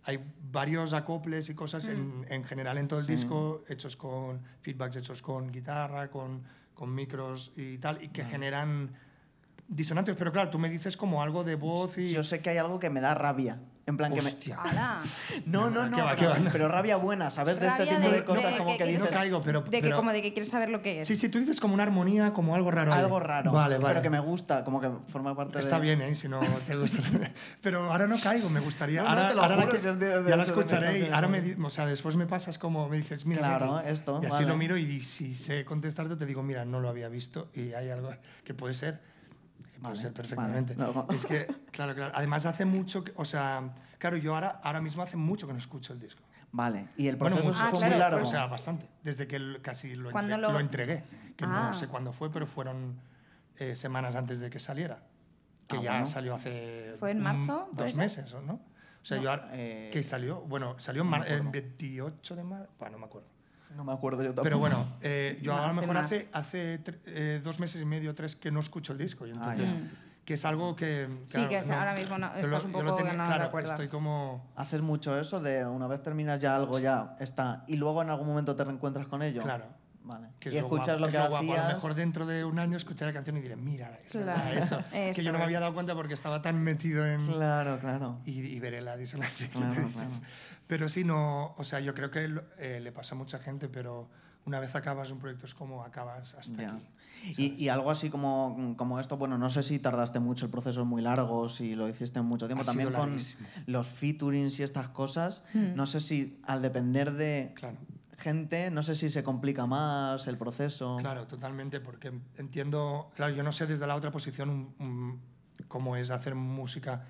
Hay varios acoples y cosas en,
Mm.
en general en todo el disco, hechos con feedbacks, hechos con guitarra, con, con micros y tal, y que generan disonancias. Pero claro, tú me dices como algo de voz y.
Yo sé que hay algo que me da rabia. En plan que Ah,
Hostia. Ah,
¡Hala!
me... No, no, no,
¿Qué va, qué
pero,
va?
pero rabia buena, ¿sabes? De este
Rabia
tipo de,
de-
cosas
de
como
que
que
quieres-
dices...
No caigo, pero.
De que
pero-
como de que quieres saber lo que es.
Sí, sí, tú dices como una armonía, como algo raro. ahí.
Algo raro,
Vale, vale.
pero que me gusta, como que forma parte
Está
de...
bien, ¿eh? Si no te gusta. pero ahora no caigo, me gustaría.
No, no,
ahora
te lo
ahora
juro,
la
si es de- de-
ya la
de-
escucharé
de-
y ahora me, di- o sea, después me pasas como me dices, mira, es
Claro,
aquí".
esto,
Y así
vale.
lo miro y si sé contestarte te digo, mira, no lo había visto y hay algo que puede ser. que Puede
Vale,
ser perfectamente.
vale, no, no.
Es que, claro, claro. Además hace mucho, que- o sea, claro, yo ahora, ahora mismo hace mucho que no escucho el disco.
Vale, y el
Bueno,
proceso
mucho.
Ah,
fue
claro,
muy largo.
O sea, bastante. Desde que el- casi lo,
¿Cuándo
entre-
lo-
lo entregué. Que
Ah.
no sé cuándo fue, pero fueron eh, semanas antes de que saliera. Que
Ah,
ya
bueno.
salió hace.
¿Fue en
mm,
marzo? ¿Puede
Dos
ser?
meses, ¿o ¿no? O sea, yo. ahora-
eh,
que salió. Bueno, salió en, mar- en 28 de marzo. no me acuerdo.
No me acuerdo yo tampoco.
Pero bueno, eh, yo
No,
a lo
hace
mejor
más.
hace, hace tre- eh, dos meses y medio, tres, que no escucho el disco. Y
Ah,
entonces.
ya.
que es algo que.
Sí,
claro,
que es-
no-
ahora mismo no-
yo
estás un
yo
poco
tenía-
que no te
claro,
acuerdas.
Estoy como.
¿Haces mucho eso de una vez terminas ya algo, ya está, y luego en algún momento te reencuentras con ello?
Claro.
Vale.
que es
y
lo guapo,
escuchas lo,
es
que
guapo. A
hacías.
lo mejor dentro de un año escucharé la canción y diré, mira, es verdad
Claro.
eso.
Eso
que yo no me
es.
había dado cuenta porque estaba tan metido en...
Claro, claro.
Y, y veré la disonancia. que
Claro,
te dices.
claro.
Pero sí, no, o sea, yo creo que lo- eh, le pasa a mucha gente, pero una vez acabas un proyecto es como acabas hasta
Ya.
aquí.
Y, y algo así como, como esto, bueno, no sé si tardaste mucho, el proceso es muy largo, si lo hiciste en mucho tiempo,
Ha
también
sido
con
larguísimo.
los featurings y estas cosas, no sé si al depender de
Claro.
gente, no sé si se complica más el proceso.
Claro, totalmente, porque entiendo, claro, yo no sé desde la otra posición mm, mm, cómo es hacer música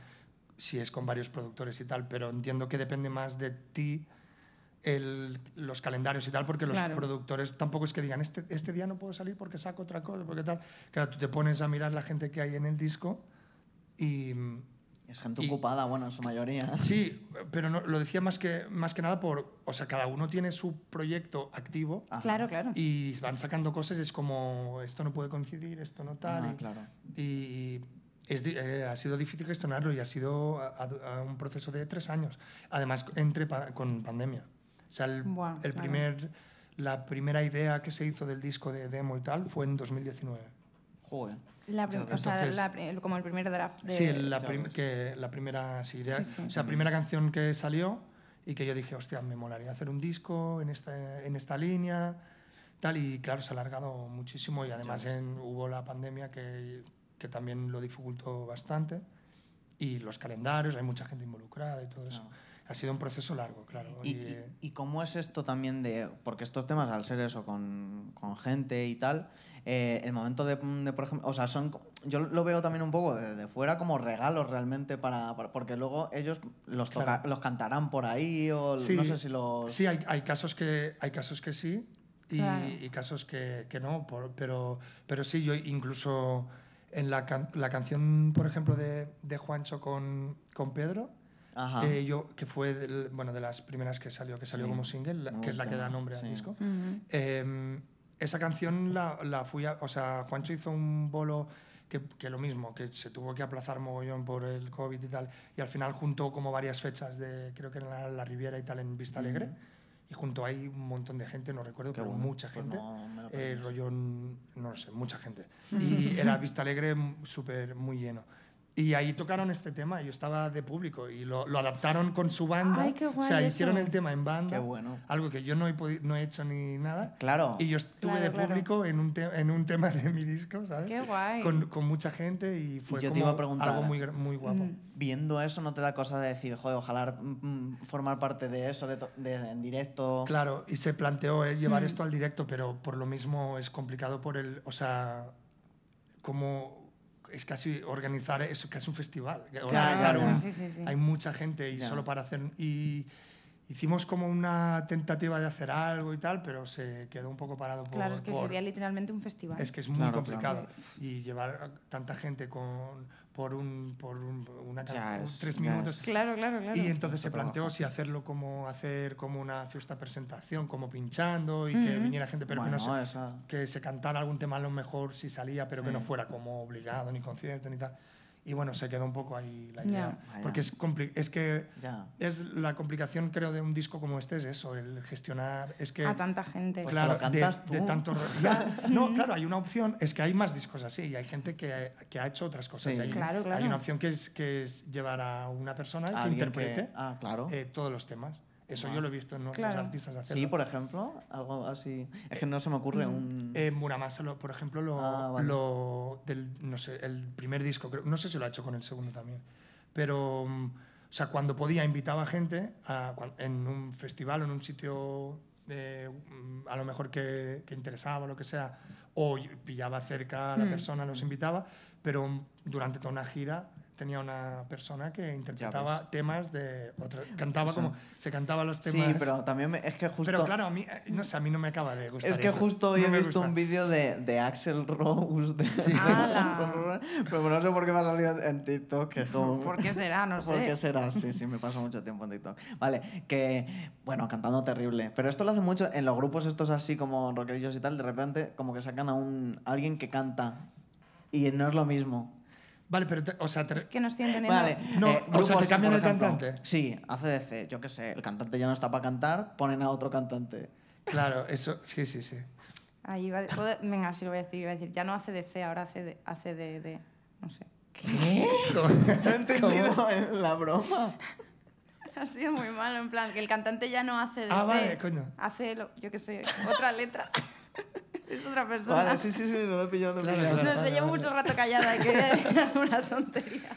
si es con varios productores y tal, pero entiendo que depende más de ti el- los calendarios y tal, porque los
Claro.
productores tampoco es que digan, este, este día no puedo salir porque saco otra cosa, porque tal. Claro, tú te pones a mirar la gente que hay en el disco y... mm,
Es gente
Y-
ocupada, bueno, en su mayoría.
Sí, pero no- lo decía más que, más que nada por, o sea, cada uno tiene su proyecto activo
Ajá.
Claro, claro.
y van sacando cosas y es como esto no puede coincidir, esto no tal.
Ah,
y
claro.
y es di- eh, ha sido difícil gestionarlo y ha sido a- a- a un proceso de tres años. Además, entre pa- con pandemia. O sea, el,
Buah,
el
claro.
primer, la primera idea que se hizo del disco de demo y tal fue en 2019.
Joder.
La prim- o sea,
Entonces-
la pri- como el primer draft de...
sí, la,
ya
prim-
ves.
que, la primera sí, idea,
Sí, sí.
o sea, primera canción que salió y que yo dije, hostia, me molaría hacer un disco en esta, en esta línea, tal, y claro, se ha alargado muchísimo y además en- hubo la pandemia que, que también lo dificultó bastante y los calendarios, hay mucha gente involucrada y todo eso. Ha sido un proceso largo, claro.
¿Y,
y,
y-
eh,
y cómo es esto también de.? Porque estos temas, al ser eso, con, con gente y tal, eh, el momento de, de, por ejemplo. O sea, son. co- Yo lo veo también un poco desde fuera como regalos realmente para. para- porque luego ellos los, toca-
Claro.
los cantarán por ahí o
Sí,
no sé si los.
Sí, hay, hay casos que, hay casos que sí y,
Claro.
y casos que, que no, por- pero, pero sí, yo incluso en la, can- la canción, por ejemplo, de, de Juancho con, con Pedro,
Ajá.
eh, yo, que fue del- bueno, de las primeras que salió, que salió
Ah. Sí,
como single, la-
muy
que es la que
buena,
da nombre
sí.
al disco.
Ujú.
Eh, esa canción la, la fui a. O sea, Juancho hizo un bolo que, que lo mismo, que se tuvo que aplazar mogollón por el COVID y tal. Y al final juntó como varias fechas de. Creo que en la, la Riviera y tal, en Vista Alegre. Y junto ahí un montón de gente, no recuerdo,
Qué
pero
bueno,
mucha
pues
gente.
no me lo
Eh,
perdí.
rollo, n- no lo sé, mucha gente. Y era Vista Alegre m- súper, muy lleno. Y ahí tocaron este tema, yo estaba de público y lo, lo adaptaron con su banda.
Ay, qué
o sea,
guay
hicieron
eso.
el tema en
Qué
banda.
bueno.
Algo que yo no he, podi- no he hecho ni nada.
Claro.
Y yo estuve
Claro,
de
claro.
público en, un te- en un tema de mi disco, ¿sabes?
Qué guay.
Con, con mucha gente y fue
yo te
como
iba a preguntar.
algo muy, gra- muy guapo.
Mm.
Viendo eso, ¿no te da cosa de decir, joder, ojalá mm, mm, formar parte de eso de to- de- en directo?
Claro, y se planteó eh, llevar
Mm.
esto al directo, pero por lo mismo es complicado por el... O sea, como es casi organizar, es casi un festival.
Claro,
Organizar
claro.
un-
Sí, sí, sí.
Hay mucha gente y
Ya.
solo para hacer... Y, Hicimos como una tentativa de hacer algo y tal, pero se quedó un poco parado por...
Claro, es que
por-
sería literalmente un festival.
es que es muy
Claro,
complicado.
claro.
Y llevar a tanta gente con, por, un, por un- una
Ya
canción,
es-
tres
ya
minutos.
es-
Claro, claro, claro.
Y entonces se
Mucho trabajo.
planteó si hacerlo como hacer como una fiesta presentación, como pinchando y que
Ujú.
viniera gente, pero
Bueno,
que no se,
esa-
que se cantara algún tema a lo mejor si salía, pero que
Sí.
no fuera como obligado ni concierto ni tal. Y bueno, se quedó un poco ahí la idea,
Ya.
porque es compli- es que
Ya.
es la complicación creo de un disco como este es eso, el gestionar es que
a tanta gente.
Pues
claro,
te lo cantas
de, de
tú.
tanto ro- Ya, no, claro, hay una opción, es que hay más discos así y hay gente que, que ha hecho otras cosas.
Sí.
y Hay,
Claro, claro.
hay una opción que es, que es llevar a una persona que
Alguien
interprete
Ah, claro.
eh, todos los temas. Eso
Wow.
yo lo he visto en otros
Claro.
artistas hacerlo.
sí, por ejemplo, algo así. Es que no se me ocurre un.
Eh, Muramasa, lo- por ejemplo, lo,
Ah, vale.
lo del, no sé, el primer disco, creo- no sé si lo ha hecho con el segundo también, pero, mm, o sea, cuando podía invitaba gente a, cuan- en un festival o en un sitio eh, mm, a lo mejor que, que interesaba o lo que sea, o y- pillaba cerca a la
Hmm.
Mm.
persona, los invitaba, pero mm, durante toda una gira tenía una persona que interpretaba temas de otra, cantaba como, se cantaba los
pues. sí,
temas.
pero también me- es que justo.
Pero claro, a mí, eh, no sé, a mí no me acaba de gustar.
Es que
eso.
justo hoy
No
he
me
visto
gusta.
un vídeo de, de Axel Rose. De,
¡Hala!
pero no sé por qué me ha salido en TikTok. Que es como-
¿Por qué será? No
¿Por qué
sé.
será? Sí, sí, me paso mucho tiempo en TikTok. Vale, que, bueno, cantando terrible. Pero esto lo hace mucho en los grupos estos así como rockerillos y tal. De repente, como que sacan a un alguien que canta y no es lo mismo.
Vale, pero, te- o sea, te-
Es que no estoy entendiendo.
Vale,
No,
eh,
o sea,
grupos
que
que,
cambian
por
el
ejemplo,
cantante.
Sí, ACDC, yo qué sé, el cantante ya no está para cantar, ponen a otro cantante.
claro, eso, sí, sí, sí.
Ahí iba- puedo- venga, sí lo voy a decir. Iba a decir, ya no hace de C, ahora hace de, hace de, de- No sé.
No he entendido la broma.
Ha sido muy malo, en plan, que el cantante ya no hace de
Ah,
C,
vale, coño.
Hace, lo- yo qué sé, otra letra. es otra persona.
Vale, sí, sí, sí, no lo he pillado. no lo he
Claro,
pillado.
no,
claro.
se llevo mucho rato callada, quería decir alguna tontería.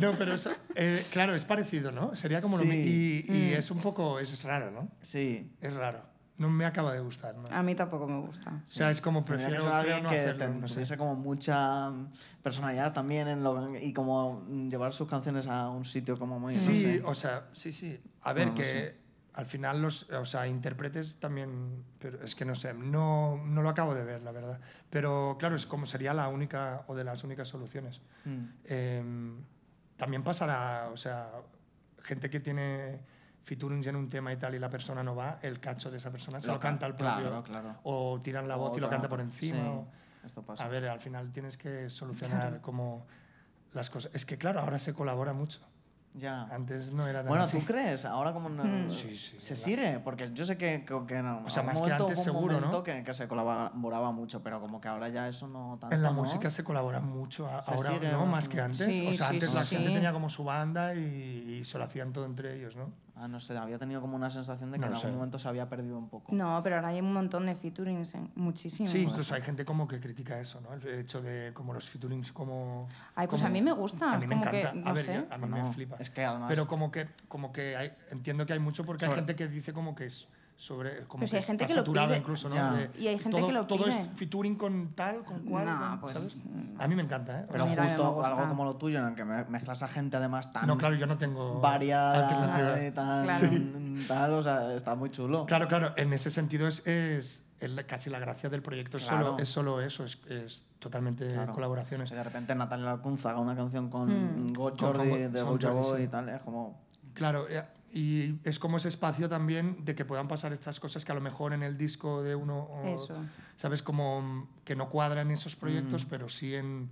No, pero eso, eh, claro, es parecido, ¿no? Sería como lo
Sí.
mi- Y, y
Mm.
es un poco, es raro, ¿no?
Sí.
Es raro. No me acaba de gustar, ¿no?
Ah,
A mí tampoco me gusta.
o sea, es como
Tendría
prefiero
que ser
creo,
alguien
no
que
hacerlo,
ten-
no sé.
tuviese como mucha mm, personalidad también en lo, y como mm, llevar sus canciones a un sitio como muy... no
Sí,
sé.
o sea, sí, sí. A ver,
No, no
que
sé.
al final los, o sea, intérpretes también, pero es que no sé, no, no lo acabo de ver, la verdad. Pero claro, es como sería la única o de las únicas soluciones.
Mm.
Em, también pasará, o sea, gente que tiene featurings en un tema y tal y la persona no va, el cacho de esa persona se lo,
Lo can-
canta el propio.
claro, claro.
O tiran la voz y lo
Otra-
canta por encima.
sí,
o- Ah,
esto pasa.
a ver, al final tienes que solucionar como las cosas. Es que claro, ahora se colabora mucho.
Ya.
Antes no era tan
Bueno,
así.
¿tú crees? Ahora como... no-
Mm.
Sí, sí,
se
verdad.
sigue, porque yo sé que, que, que en algún
sea, más que
momento hubo
antes
un
seguro, ¿no?
momento que, que se colaboraba mucho, pero como que ahora ya eso no tanto,
En la
¿no?
música se colabora mucho a-
Se
ahora,
sigue
¿no?
más
Más
o
que
menos.
antes.
Sí,
o sea,
sí,
antes
sí,
la
sí.
gente tenía como su banda y, y se lo hacían todo entre ellos, ¿no?
Ah, no sé, había tenido como una sensación de que
No
en
lo
algún
sé.
momento se había perdido un poco.
No, pero ahora hay un montón de featurings, en- muchísimos.
Sí, incluso hay gente como que critica eso, ¿no? El hecho de como los featurings como...
Ay, pues
como-
a mí me gusta,
A mí me
como
encanta.
que,
a
no
ver,
sé.
yo- a mí
No,
me flipa.
es que además-
Pero como que, como que hay- entiendo que hay mucho porque hay
Sobre-
gente que dice como que es sobre... Como
Pero si hay gente
está
que lo
saturado
pide.
incluso,
Ya.
¿no? De
Y hay gente
todo,
que lo
Todo es
pide.
featuring con tal, con cual,
No,
con-
pues,
¿sabes?
no.
A mí me encanta, ¿eh? O
Pero
sea,
Mira, mm, me
justo
gusta.
algo como lo tuyo, en el que me- mezclas a gente además tan
no, claro, yo no tengo...
variada,
alternativa.
y tan,
Claro.
tal, o sea, está muy chulo.
Claro, claro, en ese sentido es, es, es la- casi la gracia del proyecto, es,
Claro.
solo, es solo eso, es, es totalmente
Claro. O
colaboraciones.
sea, de repente Natalia Alcunza haga una canción
Hmm.
con Go
Con- con
Jordi
Go-
de
con
Gocha
Jordi,
Boy
sí.
y tal, es como...
Claro, eh, y es como ese espacio también de que puedan pasar estas cosas que a lo mejor en el disco de uno, o-
Eso.
¿sabes? Como mm, que no cuadran esos proyectos, pero sí en,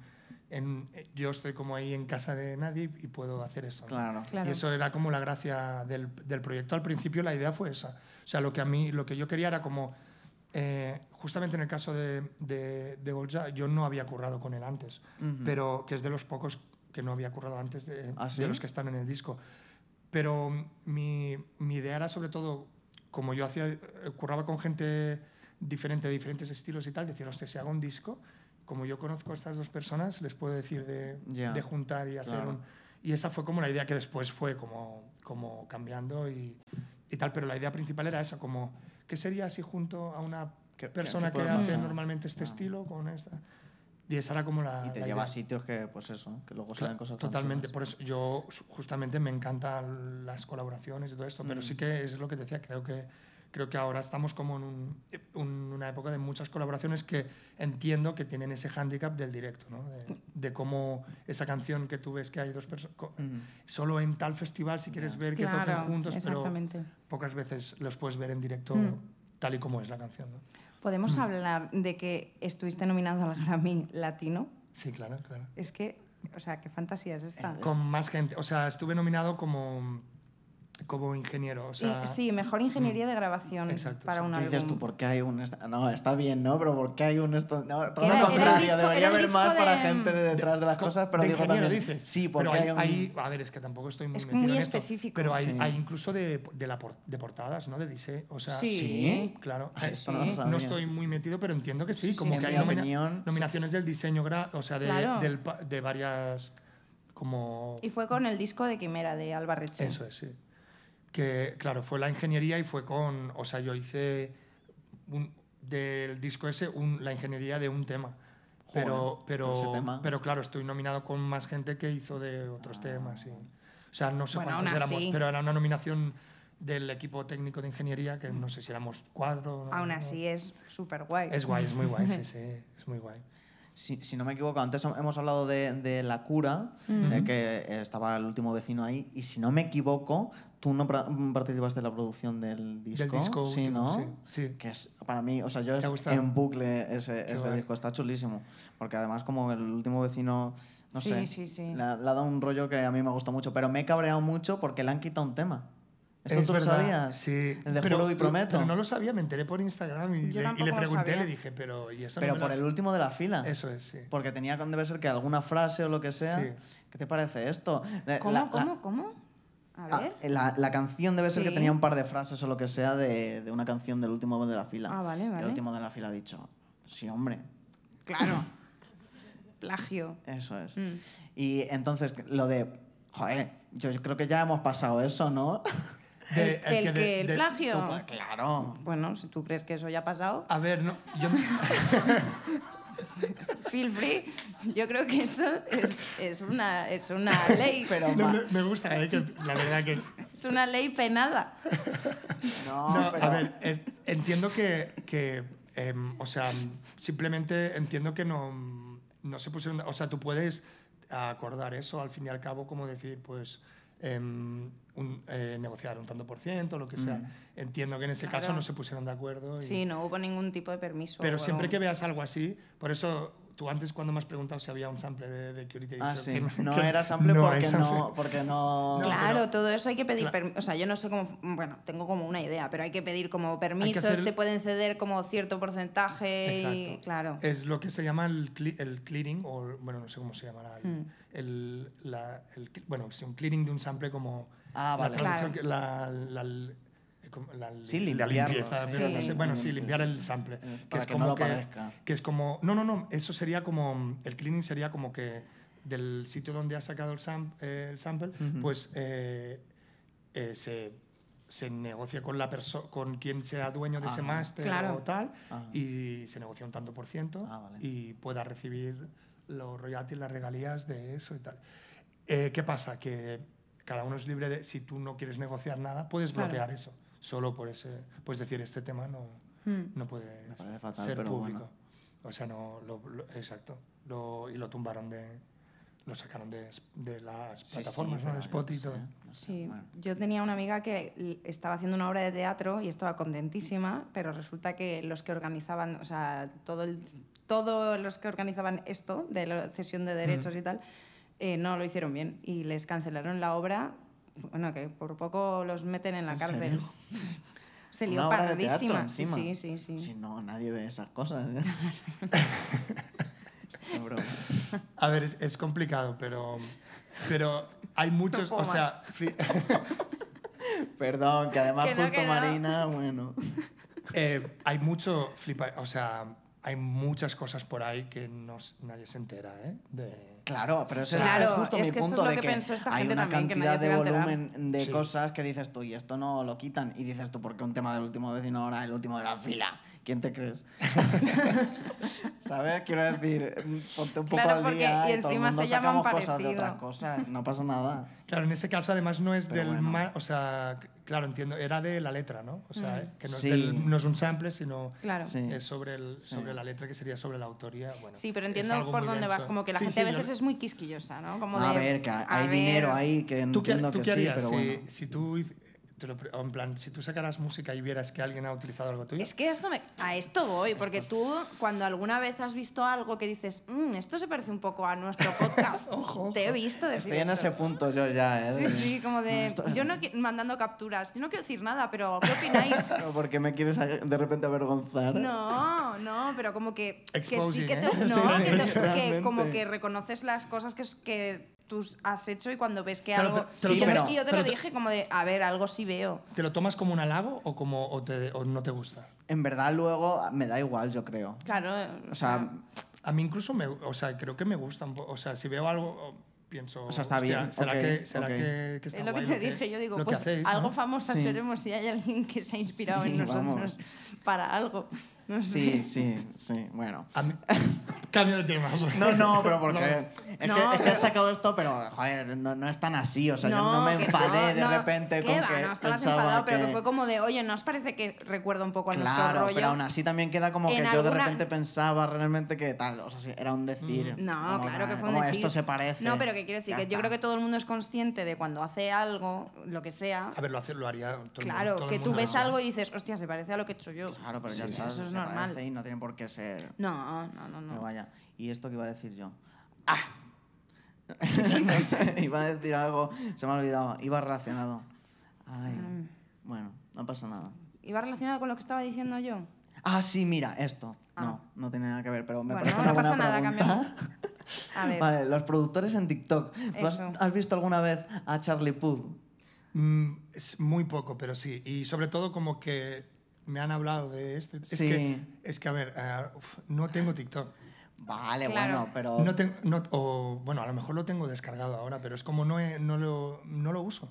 en- eh, Yo estoy como ahí en casa de nadie y puedo hacer eso. ¿no?
Claro.
Claro.
Y eso era como la gracia del, del proyecto. Al principio la idea fue esa. O sea, lo que, a mí, lo que yo quería era como... eh, justamente en el caso de, de, de Golja, yo no había currado con él antes, pero que es de los pocos que no había currado antes de,
¿Ah,
de
sí?
los que están en el disco. Pero mi, mi idea era sobre todo, como yo hacía, eh, curraba con gente diferente, de diferentes estilos y tal, decir, hostia, si hago un disco, como yo conozco a estas dos personas, les puedo decir de,
Ya.
de juntar y hacer
Claro.
un... Y esa fue como la idea que después fue como, como cambiando y, y tal, pero la idea principal era esa, como, ¿qué sería si junto a una
¿Qué- qué-
persona
qué
que
puede
hace
pasar?
normalmente este
Ah.
estilo con esta? Y esa era como la.
Y te
la
lleva a
idea.
sitios que, pues eso, que luego
Claro,
salen cosas tan
Totalmente,
chulas.
por eso yo su- justamente me encantan las colaboraciones y todo esto,
Mm.
pero sí que es lo que te decía, creo que, creo que ahora estamos como en un- un- una época de muchas colaboraciones que entiendo que tienen ese hándicap del directo, ¿no? de, de cómo esa canción que tú ves que hay dos personas,
Mm.
solo en tal festival si quieres ver que
Claro,
toquen juntos, pero
exactamente. Mm.
pocas veces los puedes ver en directo tal y como es la canción. ¿no? Mm.
¿Podemos hablar de que estuviste nominado al Grammy Latino?
Sí, claro, claro.
Es que, o sea, qué fantasía es esta.
Con más gente, Eh, o sea, estuve nominado como, como
Eh,
ingeniero. O sea, mm,
Y- sí, mejor ingeniería de grabación
Exacto,
para
sí.
un
¿Qué
álbum.
dices tú? ¿Por qué hay un.? esta- No, está bien, ¿no? Pero ¿por qué hay un.? Esto... No, todo
Era- era
lo
el
contrario.
disco-
Debería
era el
haber
disco
más para
de-
gente de detrás de las cosas, pero
de
digo
ingeniero
también.
dices.
Sí, porque
pero hay,
hay, un-
hay- a ver, es que tampoco estoy muy
Es
metido
muy
en esto,
específico.
pero hay,
Sí.
hay incluso de, de la por- de portadas, ¿no? De diseño, o sea,
Sí.
Sí.
claro.
Ah,
eh,
esto no lo
no
sabía.
estoy muy metido, pero entiendo que sí, como
sí, en
que
mi
hay nomina-
opinión,
nominaciones del diseño, gra- o sea, de,
Claro.
del pa- de varias como
Y fue con el disco de Quimera de Albarreche.
eso es, sí. Que, claro, fue la ingeniería y fue con. O sea, yo hice un- del disco ese un- la ingeniería de un tema.
Joder,
Pero, pero,
ese tema.
pero claro, estoy nominado con más gente que hizo de otros temas. y- o sea, no sé
Bueno,
cuántos
aún
éramos,
así.
pero era una nominación del equipo técnico de ingeniería que no sé si éramos cuatro. no-
Aún
no.
así es súper guay.
Es guay, es muy guay, sí, sí, es muy guay.
Si, si no me equivoco, antes hemos hablado de, de la cura, de que estaba el último vecino ahí, y si no me equivoco, tú no pra- participaste en la producción del disco.
Del disco
sí,
último,
¿no?
sí, sí.
Que es para mí, o sea, yo
¿Te ha
es-
gustado?
en bucle ese,
Qué
ese
guay.
disco, está chulísimo. Porque además, como el último vecino, no
Sí,
sé,
sí, sí.
Le, ha- le ha dado un rollo que a mí me gusta mucho, pero me he cabreado mucho porque le han quitado un tema. ¿Esto
Es
tú
verdad,
lo sabías?
Sí.
El de Juro y Prometo.
Pero no lo sabía, me enteré por Instagram y, le,
Yo
y
tampoco
le
lo
pregunté,
sabía.
le dije, pero ¿y eso no
pero
me
por
lo has-
el último de la fila.
Eso es, sí.
Porque tenía con- debe ser que alguna frase o lo que sea.
Sí.
¿Qué te parece esto? La-
¿Cómo,
la-
cómo, cómo? A
ah,
ver.
la- la canción debe ser que
Sí.
tenía un par de frases o lo que sea de, de una canción del último de la fila.
Ah, vale,
Y
vale.
El último de la fila ha dicho, sí, hombre,
Claro. Plagio.
eso es.
Mm.
Y entonces lo de, joder, yo yo creo que ya hemos pasado eso, ¿no?
De-
¿El, del
Eh, de-
que el
de-
plagio?
Tú, pues, claro.
Bueno, si tú crees que eso ya ha pasado,
A ver, no, yo,
feel free. Yo creo que eso es, es una, es una ley.
Pero
no,
ma-
me, me gusta, eh, que la verdad que...
Es una ley penada.
no,
No,
Ah, pero
a ver, eh, entiendo que, que, em, o sea, simplemente entiendo que no, no se pusieron... O sea, tú puedes acordar eso al fin y al cabo, como decir, pues... em, un- eh, negociar un tanto por ciento, lo que sea.
Mm.
Entiendo que en ese caso
Claro.
no se pusieron de acuerdo. Y...
Sí, no hubo ningún tipo de permiso.
Pero
o-
siempre que veas algo así, por eso tú antes cuando me has preguntado si había un sample de, de Curie, te he dicho
Ah, sí.
que
No
que
era sample
no
porque,
es sample.
no, porque no...
No,
Claro,
pero-
todo eso hay que pedir
Cla-
permiso. O sea, yo no sé cómo. Bueno, tengo como una idea, pero hay que pedir como permisos,
hacer-
te pueden ceder como cierto porcentaje y.
Exacto. Eh,
Claro.
Es lo que se llama el, cle- el clearing, o bueno, no sé cómo se llamará. El, el- la- el cl- bueno, sí, un clearing de un sample como
Ah, vale.
la traducción,
Claro.
que- la, la- eh, como la-
Sí,
la
limpiarlo,
limpieza,
sí.
pero no sé,
Sí.
bueno, sí, limpiar el sample.
para que no lo parezca.
que es como, no, no, no, eso sería como, el cleaning sería como que del sitio donde has sacado el, sam- eh, el sample, pues eh, eh, se, se negocia con la persona, con quien sea dueño de ese
Ajá.
máster
Claro.
o tal,
Ajá.
y se negocia un tanto por ciento
Ah, vale.
y pueda recibir los royalties, las regalías de eso y tal. Eh, ¿Qué pasa? Que cada uno es libre de, si tú no quieres negociar nada, puedes
Claro.
bloquear eso, solo por ese, puedes decir, este tema no,
Mm.
no puede
parece fatal,
ser
pero
público.
bueno.
O sea, no, lo- lo- exacto, Lo- y lo tumbaron de, lo sacaron de, de las
Sí, sí,
plataformas, ¿no?
pero
De
yo
Spotify
qué
y todo.
sé, no sé,
Sí,
bueno.
yo tenía una amiga que l- estaba haciendo una obra de teatro y estaba contentísima, pero resulta que los que organizaban, o sea, todo el- todos los que organizaban esto de la cesión de derechos y tal, eh, no lo hicieron bien y les cancelaron la obra. Bueno, que por poco los meten en la
¿En
cárcel.
serio?
Se lió
Una obra de teatro
pardísima. Sí,
encima.
sí, sí, sí.
Si no, nadie ve esas cosas. ¿eh? Qué broma.
A ver, es, es complicado, pero, pero hay muchos,
puedo
o sea, fi-
Perdón, que además
Que no,
justo
que no.
Marina, bueno.
eh, hay mucho flipa, o sea, hay muchas cosas por ahí que no, s- nadie se entera, ¿eh? De,
Claro, pero ese
Claro,
era justo
es
mi
que esto
punto
es lo
de
que
que,
pensó esta
hay
gente
una
también, que nadie
cantidad
se
de
iba a enterar.
volumen de
Sí.
cosas que dices tú, y esto no lo quitan. Y dices tú, ¿por qué un tema del último vecino ahora es el último de la fila? ¿Quién te crees? ¿Sabes? Quiero decir, ponte un poco
Claro,
al
porque-
día
y
todo el
encima
mundo
se llaman
sacamos cosas de
parecido.
otras cosas. No pasa nada.
Claro, en ese caso además no es
Pero
del
bueno.
ma- o sea, c- claro, entiendo, era de la letra, ¿no? O sea, eh, que no,
Sí.
es del- no es un sample, sino
Mm. Claro.
Sí.
es sobre, el, sobre la letra, que sería sobre la autoría. Bueno,
Sí, pero
es
entiendo
algo
por
muy
dónde vas.
denso.
Como que la
Sí,
gente
sí,
a
yo-
veces es muy quisquillosa, ¿no? Como
A
de,
ver, que hay
a ver,
dinero ahí que
¿Tú qué,
entiendo
tú
que
qué
sí,
harías
pero
si,
bueno.
si tú, hic- te lo pre- en plan, si tú sacaras música y vieras que alguien ha utilizado algo tuyo?
Es que esto me- a esto voy, porque tú cuando alguna vez has visto algo que dices, "Mm, esto se parece un poco a nuestro podcast, te he visto decir
Estoy en
eso.
ese punto yo ya, ¿eh?
Sí,
De-
sí, como de.
esto es
Yo no qui- mandando capturas. Yo no quiero decir nada, pero ¿qué opináis?
Pero ¿Por qué me quieres a- de repente avergonzar?
No, no, pero como que, que sí
Exposing,
que te,
¿eh?
no,
Sí, sí,
que, te- que
realmente.
como que reconoces las cosas que, es- que tú has hecho y cuando ves que
Claro,
algo
te- te lo
y yo-
tomas-
y yo te
pero
lo
te-
dije como de a ver algo sí veo
¿Te lo tomas como un halago o, como, o, te- o no te gusta?
En verdad luego me da igual, yo creo.
claro
O sea,
A mí incluso me, o sea, creo que me gusta un po- O sea, si veo algo, o- pienso.
O sea, está
"Hostia,
bien,
¿Será,
ok,
que, será
ok.
que, que está
es lo que
guay
te dije yo digo
lo que
pues
hacéis,
algo
¿no?
famosa
Sí.
seremos si hay alguien que se ha inspirado en
Sí,
nosotros
vamos.
para algo no sé.
sí, sí, sí, bueno.
A mí- Cambio de tema.
No, no, pero porque.
No.
Es,
No,
que, es que
pero-
has sacado esto, pero joder, no, no es tan así. O sea, yo no me
que
enfadé
no,
de
no.
repente
¿Qué
con
va?
que.
no estabas
pensaba
enfadado
que-
pero que fue como de oye ¿no os parece que recuerda un poco a nuestro
Claro,
rollo?
pero aún así también queda como que
En
yo de
alguna-
repente pensaba realmente que tal, o sea, sí, era un decir.
No,
como,
claro que fue un
como
decir.
esto se parece.
No, pero que quiero decir
Ya
que yo
está.
creo que todo el mundo es consciente de cuando hace algo, lo que sea.
A ver, lo, hace, lo haría todo el mundo-
claro,
todo el
que tú
mundo
ves
lo hace.
algo y dices, hostia, se parece a lo que he hecho yo.
Claro, pero ya
Sí,
está,
Eso es
se
normal.
parece y no tienen por qué ser.
No, no, no,
Pero
no.
vaya, ¿y esto que iba a decir yo? ¡Ah! no sé, iba a decir algo, se me ha olvidado, iba relacionado.
Ah.
Ay, bueno, no pasa nada.
¿Iba relacionado con lo que estaba diciendo yo?
Ah, sí, mira, esto.
Ah.
No, no tiene nada que ver, pero me
Bueno,
parece
no
una buena
pasa nada,
pregunta.
A ver.
Vale, los productores en TikTok. ¿Tú has,
Eso.
has visto alguna vez a Charlie Puth?
Mm, es muy poco, pero sí. Y sobre todo como que me han hablado de esto. Es,
Sí.
que, es que, a ver, ah, uf, no tengo TikTok.
Vale,
Claro.
bueno, pero...
No tengo, no- o, bueno, a lo mejor lo tengo descargado ahora, pero es como no, he- no, lo, no lo uso.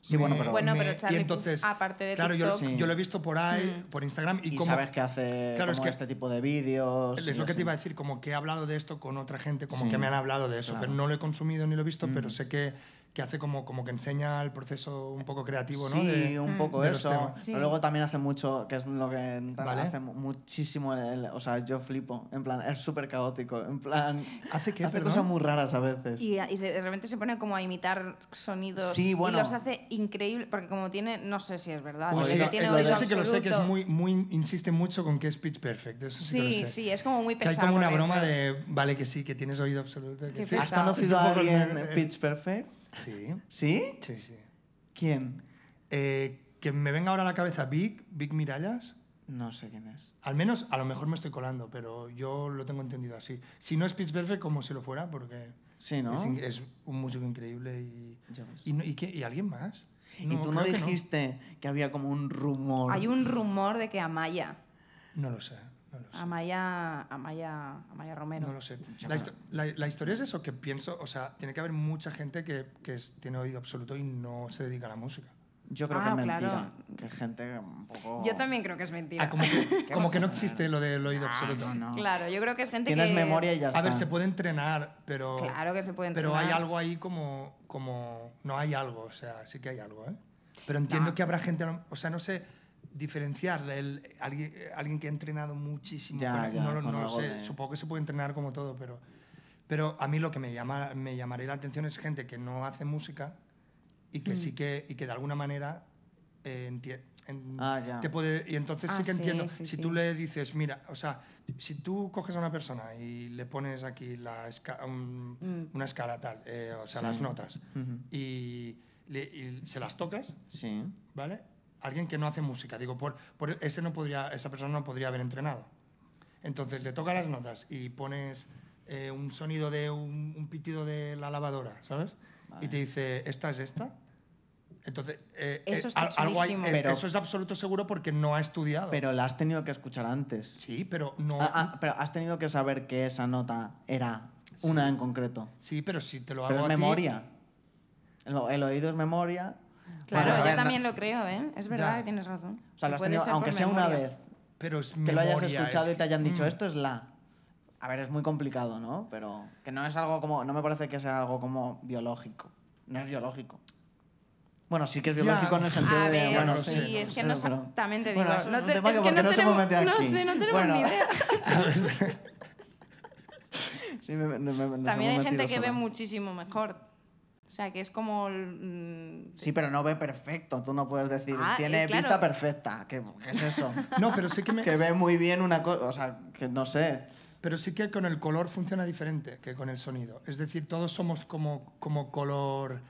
Sí, bueno, pero-
Bueno,
me-
pero
y
Charlie Puth,
entonces,
aparte de
claro, yo-
TikTok- Mm.
Yo, lo he visto por ahí, por Instagram. Y,
y
como,
sabes que hace
Claro, es
como
que-
este tipo de vídeos.
Es
y
lo que
así.
te iba a decir, como que he hablado de esto con otra gente, como
Sí,
que me han hablado de eso,
claro. Mm.
pero no lo he consumido ni lo he visto, pero sé que, que hace como, como que enseña el proceso un poco creativo, ¿no?
Sí,
De-
un poco
de los
eso.
temas.
Mm. Sí.
Pero luego también hace mucho, que es lo que tal,
Vale.
hace mu- muchísimo, el- el- o sea, yo flipo, en plan, es súper caótico, en plan,
¿Hace qué,
hace
perdón?
cosas muy raras a veces.
Y, y de repente se pone como a imitar sonidos
Sí, bueno.
y los hace increíble porque como tiene no sé si es verdad
Pues
porque
sí,
eso-
tiene
eso
oído
sí que lo sé, que es
absoluto.
muy, muy, insiste mucho con que es pitch perfect, eso sí, que
sí
lo sé.
sí es como muy
Que hay
pesado
como una
con
broma
eso.
de, vale, que sí, que tienes oído absoluto. que
Qué
sí.
¿Has
pesado.
conocido
Es un
a
poco el
alguien
meme.
Pitch Perfect?
Sí,
¿Sí?
sí, sí.
¿Quién?
Eh, que me venga ahora a la cabeza Vic, Vic Mirallas.
No sé quién es.
Al menos, a lo mejor me estoy colando, pero yo lo tengo entendido así. Si no es Pitch Perfect, como si lo fuera, porque
Sí, ¿no?
es, in- es un músico increíble y...
Ya ves.
¿Y, no- y qué- y alguien más?
y tú no
creo que
dijiste que, había como un rumor.
hay un rumor de que Amaya
No. lo sé, no
Ah,
lo sé.
Amaya Amaya Amaya Romero
No lo sé. La, histo- la- la historia es eso, que pienso, o sea, tiene que haber mucha gente que, que es- tiene oído absoluto y no se dedica a la música.
Yo creo
Ah,
que es mentira.
claro.
Que gente un poco.
Yo también creo que es mentira.
Ah, como que,
¿Qué
como
vas
que
a
no
hacer?
existe lo del oído
Ah, no,
absoluto.
no.
Claro, yo creo que es gente
Tienes
que...
memoria y ya está.
A ver, se puede entrenar, pero...
Claro que se puede
Pero hay
entrenar.
algo ahí como, como... No hay algo, o sea, sí que hay algo, ¿eh? Pero entiendo
No.
que habrá gente, a lo- o sea, no sé, diferenciar el, alguien, alguien que ha entrenado muchísimo.
Ya,
con-
ya,
no lo,
con
no lo
algo
sé,
de-
supongo que se puede entrenar como todo, pero... Pero a mí lo que me, llama, me llamaría la atención es gente que no hace música y
Mm.
que sí que, y que de alguna manera eh, entie- en-
Ah, ya.
te puede... Y entonces
Ah,
sí que
sí,
entiendo.
sí,
si
sí.
tú le dices, mira, o sea, si tú coges a una persona y le pones aquí la esca- un- una escala tal, eh, o sea,
Sí.
las notas,
Ujú.
y, le- y se las tocas,
Sí.
¿vale? Alguien que no hace música, digo, por, por ese no podría, esa persona no podría haber entrenado. Entonces le tocas las notas y pones eh, un sonido de un, un pitido de la lavadora, ¿sabes?
Vale.
Y te dice, esta es esta. Entonces, eh,
Eso
eh,
está
al- algo hay-
chulísimo.
eh,
Pero-
eso es absoluto seguro porque no ha estudiado.
Pero Ah, la has tenido que escuchar antes.
sí, pero no.
Ah, ah, pero has tenido que saber que esa nota era Una en concreto.
Sí, pero si te lo hago
Pero es
a ti-
memoria. El, el oído es memoria.
Claro,
Bueno, a
yo
ver, no-
también lo creo, ¿eh? Es verdad
Ya.
que tienes razón.
O sea, lo
Que
has
puede
tenido-
ser por
aunque sea una
memoria.
vez
Pero es
que lo hayas
memoria,
escuchado
es
y te hayan
que-
dicho
Mm.
esto es la. A ver, es muy complicado, ¿no? Pero que no es algo como. No me parece que sea algo como biológico. No es biológico. Bueno, sí que es
Ya.
biológico en el sentido
A
de.
ver,
bueno,
sí,
sí,
es
no
que
sé,
no
pero-
exactamente digo.
Bueno, eso es
no
un
te-
tema
es
que
que
porque
no
no se
tenemos,
me mete
no
aquí.
sé, no tenemos
Bueno.
ni idea.
Sí, me- me- me- nos hemos
También hay gente
metido
que ve
solas.
muchísimo mejor. O sea, que es como... el, mm,
Sí, pero no ve perfecto. Tú no puedes decir,
Ah,
tiene
eh, claro.
vista perfecta. ¿Qué, qué es eso?
No, pero sí que me...
que ve muy bien una cosa. O sea, que no sé.
Pero sí que con el color funciona diferente que con el sonido. Es decir, todos somos como, como color...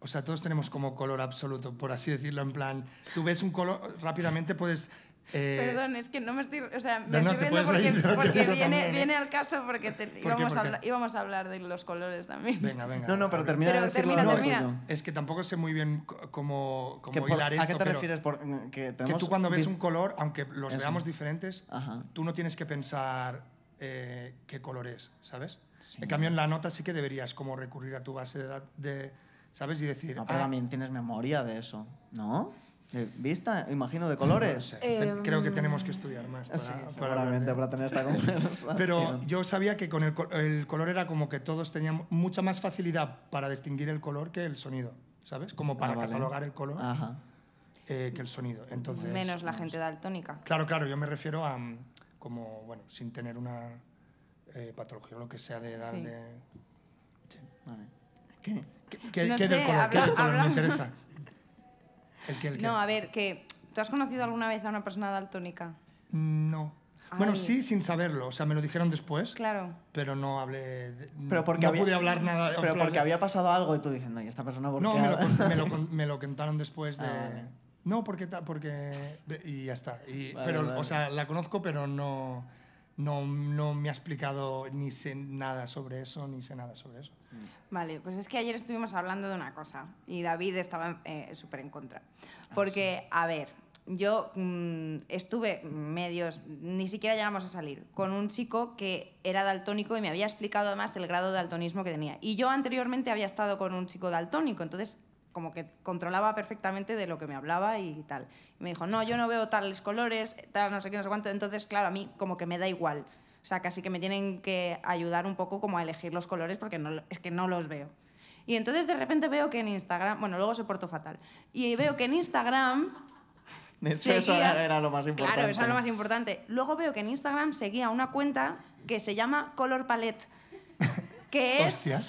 O sea, todos tenemos como color absoluto, por así decirlo, en plan... Tú ves un color, rápidamente puedes... eh,
Perdón, es que no me estoy, o sea,
No,
me
no,
estoy
te
riendo porque,
puedes reír, no,
porque
te digo
viene,
también, ¿eh?
viene al caso porque te-
qué,
íbamos,
por
a
qué?
habla- íbamos a hablar de los colores también.
Venga, venga.
No, no, Pues pero
a ver.
termina
Pero
de decirlo.
termina,
lo
es-
termina.
Es, que tampoco sé muy bien c- cómo, cómo
Que por-
hilar esto.
¿A qué te
pero
refieres? Por, mm, que,
Que
tenemos
tú cuando ves
vis-
un color, aunque los
Eso. Ah.
veamos diferentes,
Ajá.
tú no tienes que pensar eh, qué color es, ¿sabes?
Sí.
En cambio, en la nota sí que deberías como recurrir a tu base de, dat- de ¿sabes? Y decir...
No, pero
"Ah,
también tienes memoria de eso, ¿no? De vista, imagino, de colores.
no sé, te-
Em,
creo que tenemos que estudiar más. para-
Sí,
para hablar
seguramente
de-
para tener esta conversación.
Pero yo sabía que con el, co- el color era como que todos tenían mucha más facilidad para distinguir el color que el sonido, ¿sabes? Como para
Ah, vale.
catalogar el color
Ajá.
eh, que el sonido. Entonces,
Menos la gente daltónica.
Claro, claro, yo me refiero a mm, como, bueno, sin tener una eh, patología o lo que sea de edad
Sí.
de...
Vale. ¿Qué?
¿Qué, qué-
No
qué
sé,
del color? ¿Qué del
habla-
color? Me
hablamos.
interesa. ¿El qué, el qué?
No, a ver, que ¿tú has conocido alguna vez a una persona daltónica?
Mm, No. Bueno,
Ay.
sí, sin saberlo. O sea, me lo dijeron después,
Claro.
pero no hablé... de-
Pero porque
no
había-
pude hablar nada. en
Pero
plan
porque
de-
había pasado algo y tú diciendo, ¿y esta persona por
No,
qué
me lo,
habla?"
con- me lo con- me lo contaron después de...
Ah, vale.
No, porque... ta- porque de- y ya está. Y-
Vale,
pero,
vale.
O sea, la conozco, pero no, no, no me ha explicado ni sé nada sobre eso, ni sé nada sobre eso.
Vale, pues es que ayer estuvimos hablando de una cosa y David estaba eh, súper en contra. Porque, a ver, yo mm, estuve medios, ni siquiera llegamos a salir, con un chico que era daltónico y me había explicado además el grado de daltonismo que tenía. Y yo anteriormente había estado con un chico daltónico, entonces como que controlaba perfectamente de lo que me hablaba y tal. Y me dijo, no, yo no veo tales colores, tal, no sé qué, no sé cuánto. Entonces, claro, a mí como que me da igual. O sea, casi que me tienen que ayudar un poco como a elegir los colores porque no, lo- es que no los veo. Y entonces de repente veo que en Instagram, bueno, luego se portó fatal, y veo que en Instagram
De hecho, eso
seguía-
era lo más importante.
Claro, eso es lo más importante. Luego veo que en Instagram seguía una cuenta que se llama Color Palette, que es
Hostia.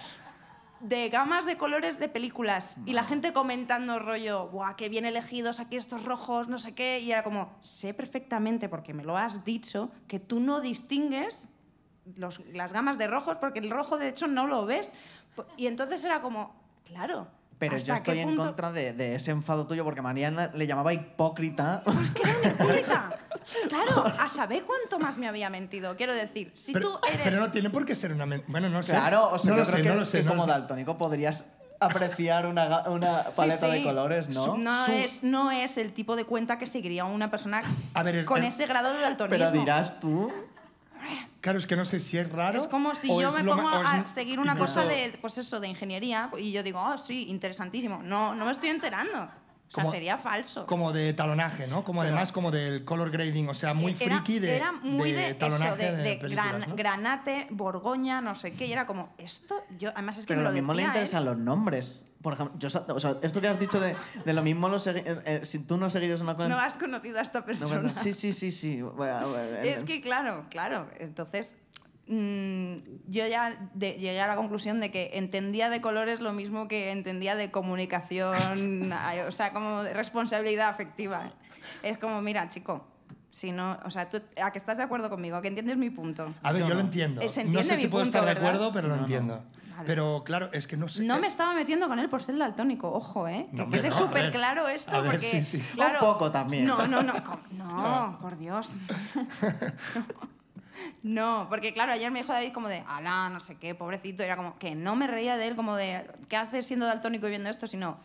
de gamas de colores de películas. Y la gente comentando rollo, ¡guau, qué bien elegidos aquí estos rojos, no sé qué! Y era como, sé perfectamente, porque me lo has dicho, que tú no distingues los- las gamas de rojos, porque el rojo de hecho no lo ves. Po- Y entonces era como, claro.
Pero yo
¿hasta
estoy
qué
en
punto?
contra de, de ese enfado tuyo porque Mariana le llamaba hipócrita.
Pues que era una hipócrita. Claro, a saber cuánto más me había mentido. Quiero decir, si
pero,
tú eres.
pero no tiene por qué ser una... men- Bueno, no sé.
Claro, o sea,
no
yo
lo
creo
sé,
que,
no lo sé.
que
no lo
como
sé.
daltónico podrías apreciar una, ga- una
Sí,
paleta de
sí.
colores, ¿no?
Su- No,
Su-
es, no es el tipo de cuenta que seguiría una persona
A ver, el-
con
el-
ese grado de daltonismo.
Pero dirás tú,
Claro, es que no sé si es raro
Es como si
o
yo
es
me
lo ma-
pongo
o es
a
m-
seguir una
incluso-
cosa de, pues eso, de ingeniería y yo digo, oh, sí, interesantísimo. No, no me estoy enterando. O sea,
Como-
sería falso.
Como de talonaje, ¿no? Como además como del color grading, o sea, muy
Eh, era,
friki de,
era muy de, eso,
talonaje
de,
de,
de
películas,
gran-
¿no?
granate, borgoña, no sé qué. Y era como, esto, yo, además es que
Pero
me
lo,
lo
mismo le
decía ¿eh? él.
interesan los nombres. Por ejemplo, yo sa- o sea, esto que has dicho de, de lo mismo, lo segui- eh, eh, si tú no seguirías una
No
cuenta...
has conocido a esta
no,
persona.
bueno, sí, sí, sí, sí. Bueno, bueno,
Es
eh,
que claro, claro. Entonces, mm, yo ya de- llegué a la conclusión de que entendía de colores lo mismo que entendía de comunicación, ay, o sea, como de responsabilidad afectiva. Es como, mira, chico, si no, o sea, tú, a que estás de acuerdo conmigo, a que entiendes mi punto.
A ver,
Yo
yo, lo
no.
entiendo.
Eh, se
no sé
entiende
si
mi
puedo
punto,
estar de
¿verdad?
acuerdo, pero lo entiendo.
Vale.
Pero claro, es que no sé.
No
eh,
me estaba metiendo con él por ser daltónico, ojo, ¿eh? Que
No, hombre,
quede
no, a
súper
ver.
claro esto,
A ver,
porque.
sí, sí. Un
Claro,
poco también.
No, no, no, com- no, por Dios. No, porque claro, ayer me dijo David como de, ala, no sé qué, pobrecito. Era como que no me reía de él, como de, ¿qué haces siendo daltónico y viendo esto? Sino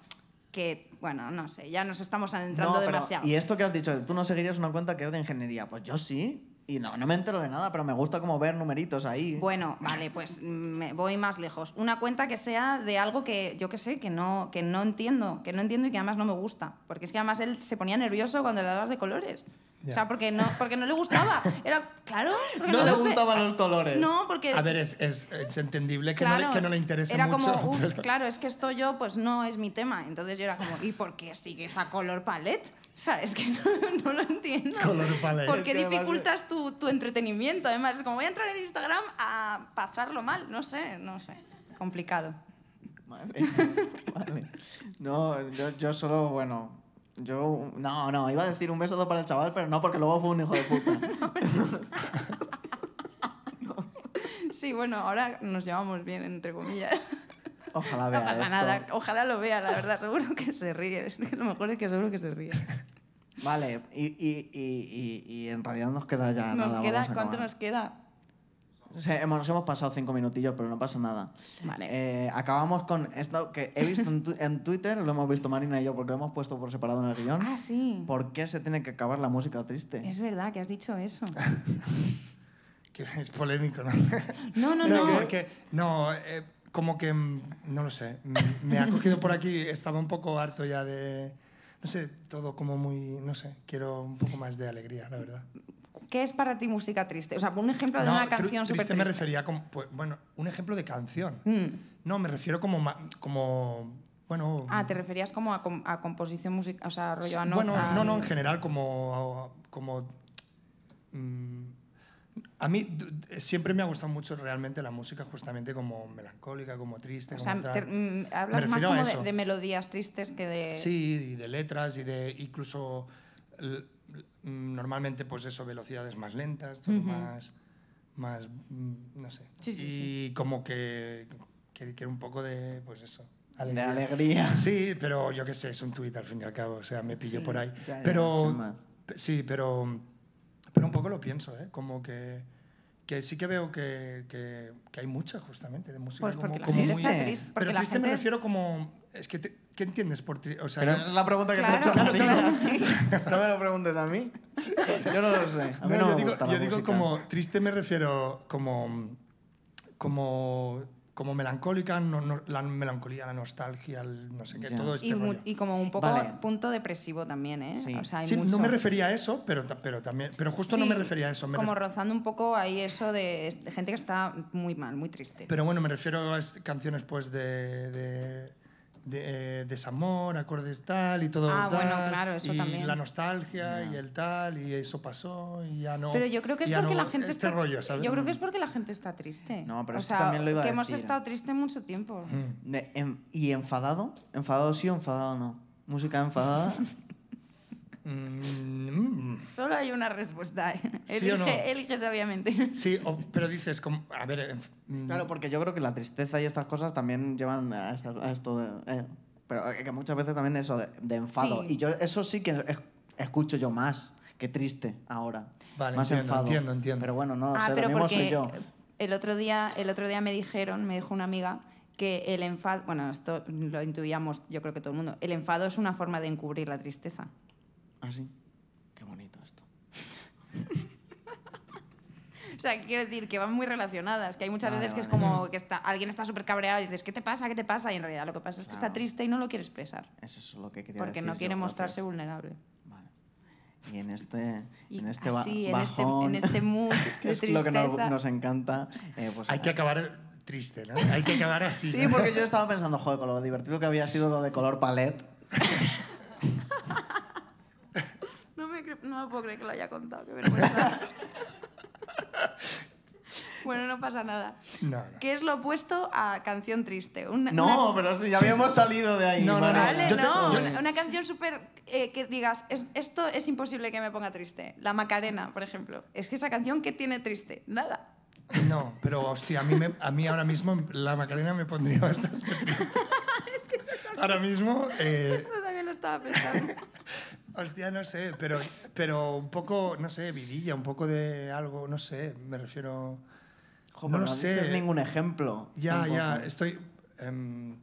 que, bueno, no sé, ya nos estamos adentrando
no, pero-
demasiado.
Y esto que has dicho, de tú no seguirías una cuenta que es de ingeniería. Pues yo sí. Y no, no me entero de nada, pero me gusta como ver numeritos ahí.
Bueno, vale, pues me voy más lejos. Una cuenta que sea de algo que yo qué sé, que no, que no entiendo, que no entiendo y que además no me gusta. Porque es que además él se ponía nervioso cuando le dabas de colores.
Ya.
O sea, porque no, porque no le gustaba. Era, claro, porque
no le
los ve-
gustaban los colores.
No, porque
A ver, es, es- es entendible que, no,
Claro,
le, que no le interese
era
mucho.
como, "Uf,
pero-
claro, es que esto yo, pues no es mi tema. Entonces yo era como, ¿y por qué sigues a color palette? O sea, es que no, no lo entiendo.
Color palette.
¿Por qué
Es que además-
dificultas tu, tu entretenimiento? Además, es como voy a entrar en Instagram a pasarlo mal. No sé, no sé. Complicado.
Vale, vale. No, yo, yo solo, bueno. Yo. No, no, iba a decir un beso para el chaval, pero no, porque luego fue un hijo de puta.
Sí, bueno, ahora nos llevamos bien, entre comillas.
Ojalá
No
vea
pasa
esto.
nada. Ojalá lo vea, la verdad. Seguro que se ríe. Es que lo mejor es que seguro que se ríe.
Vale, y, y, y, y, y en realidad nos queda ya
Nos
nada.
queda,
vamos a
¿Cuánto
acabar.
nos queda?
Se- hemos, nos hemos pasado cinco minutillos, pero no pasa nada.
Vale.
Eh, acabamos con esto que he visto en, tu- en Twitter, lo hemos visto Marina y yo porque lo hemos puesto por separado en el guión.
Ah, sí.
¿Por qué se tiene que acabar la música triste?
Es verdad que has dicho eso.
que es polémico, ¿no?
No, no,
Pero
no.
Porque, no, eh, como que, mm, no lo sé, mm, me ha cogido por aquí, estaba un poco harto ya de, no sé, todo como muy, no sé, quiero un poco más de alegría, la verdad.
¿Qué es para ti música triste? O sea, un ejemplo de
No,
una
tru-
canción súper
triste
triste.
me refería como, pues, bueno, un ejemplo de canción.
Mm.
No, me refiero como, ma- como bueno...
Ah, te referías como a, com- a composición musical, o sea, rollo a no, Ah,
bueno,
a-
no, no, en general como... como mm, a mí d- d- siempre me ha gustado mucho realmente la música justamente como melancólica, como triste.
O
como
sea,
tal.
te- mm, hablas
Me
más
refiero a
como de,
eso.
de melodías tristes que de...
Sí, y de letras y de incluso l- l- mm, normalmente pues eso, velocidades más lentas, todo más, más, mm, no sé.
Sí, sí,
y como que quiero un poco de, pues eso,
De
alegría.
alegría.
Sí, pero yo qué sé, es un tuit al fin y al cabo, o sea, me pillo
Sí,
por ahí.
ya, ya,
pero
sin más.
pe- sí, pero pero un poco lo pienso, ¿eh? Como que que sí que veo que, que, que hay mucha justamente de música
Pues
como-
porque la
como
gente
muy-
está triste. Porque
pero
la
triste
gente
me refiero como. Es que te- ¿Qué entiendes por triste? O sea,
Pero esa es la pregunta que
Claro,
te he hecho
claro,
Marina. No me lo preguntes a mí. Yo no lo sé. A mí no,
no,
me
yo digo,
gusta la
yo digo
música.
como. Triste me refiero como. Como. Como melancólica, no- no- la melancolía, la nostalgia, el no sé qué,
Ya.
todo este
y, mu-
rollo.
y como un poco
Vale.
punto depresivo también, ¿eh?
Sí.
O sea, hay
Sí,
mucho-
no me refería a eso, pero, ta- pero también. Pero justo no
Sí,
me refería a eso. me
como
ref-
rozando un poco ahí eso de, de gente que está muy mal, muy triste.
pero bueno, me refiero a est- canciones pues de. de de eh, desamor, acordes tal y todo
Ah,
tal,
bueno, claro, eso
y
también.
la nostalgia y el tal y eso pasó y ya no
Pero yo creo que es
ya
porque
no-
la gente
este
está
rollo, ¿sabes?
Yo creo que es porque la gente está triste.
No, pero
o
es que
sea,
también lo iba a
que hemos
decir.
estado triste mucho tiempo.
De- en- ¿Y enfadado? ¿Enfadado sí o enfadado no? ¿Música enfadada?
Mm, mm.
Solo hay una respuesta. ¿eh?
¿Sí o no?
Elige- elige sabiamente.
Sí, o- pero dices, como, a ver, en f- mm,
Claro, porque yo creo que la tristeza y estas cosas también llevan a, esta- a esto de... eh, pero que muchas veces también eso de, de enfado.
Sí.
Y yo eso sí que es- escucho yo más que triste ahora.
Vale,
más
entiendo,
enfado.
entiendo, entiendo.
Pero bueno, no lo sé, lo
Ah, pero
mismo soy yo.
El otro, día, el otro día me dijeron, me dijo una amiga, que el enfado, bueno, esto lo intuíamos yo creo que todo el mundo, el enfado es una forma de encubrir la tristeza.
Así. Ah, Qué bonito esto.
O sea, quiero decir que van muy relacionadas, que hay muchas
Vale,
veces que es
vale.
como que está, alguien está súper cabreado y dices, ¿qué te pasa? ¿Qué te pasa? Y en realidad lo que pasa es que
Claro.
está triste y no lo quiere expresar,
Es eso lo que quería
porque
decir
no
yo,
quiere mostrarse
gracias.
vulnerable.
Vale. Y en este,
Y
en este ba-
así, en este,
bajón,
en este mood
que
de
es lo que nos,
tristeza.
nos encanta, eh, pues,
hay que acabar triste, ¿no? Hay que acabar así.
Sí,
¿no?
porque yo estaba pensando, joder, con lo divertido que había sido lo de color palette.
No me, cre- no me puedo creer que lo haya contado, qué vergüenza. bueno, no pasa nada.
No, no.
¿Qué es lo opuesto a canción triste? Una,
No,
una-
pero sí, ya habíamos salido de ahí.
No, no, no.
María.
Vale,
Yo te-
no.
yo-
una, una canción súper eh, que digas, "Es- esto es imposible que me ponga triste. La Macarena, por ejemplo. Es que esa canción, ¿qué tiene triste? Nada.
No, pero hostia, a mí, me- a mí ahora mismo la Macarena me pondría bastante triste. ahora mismo, eh,
Eso también lo estaba pensando.
hostia, no sé, pero, pero un poco, no sé, vidilla, un poco de algo, no sé, me refiero...
Jo,
no
pero
lo
no dices
sé.
ningún ejemplo.
Ya,
tampoco.
ya, estoy... em,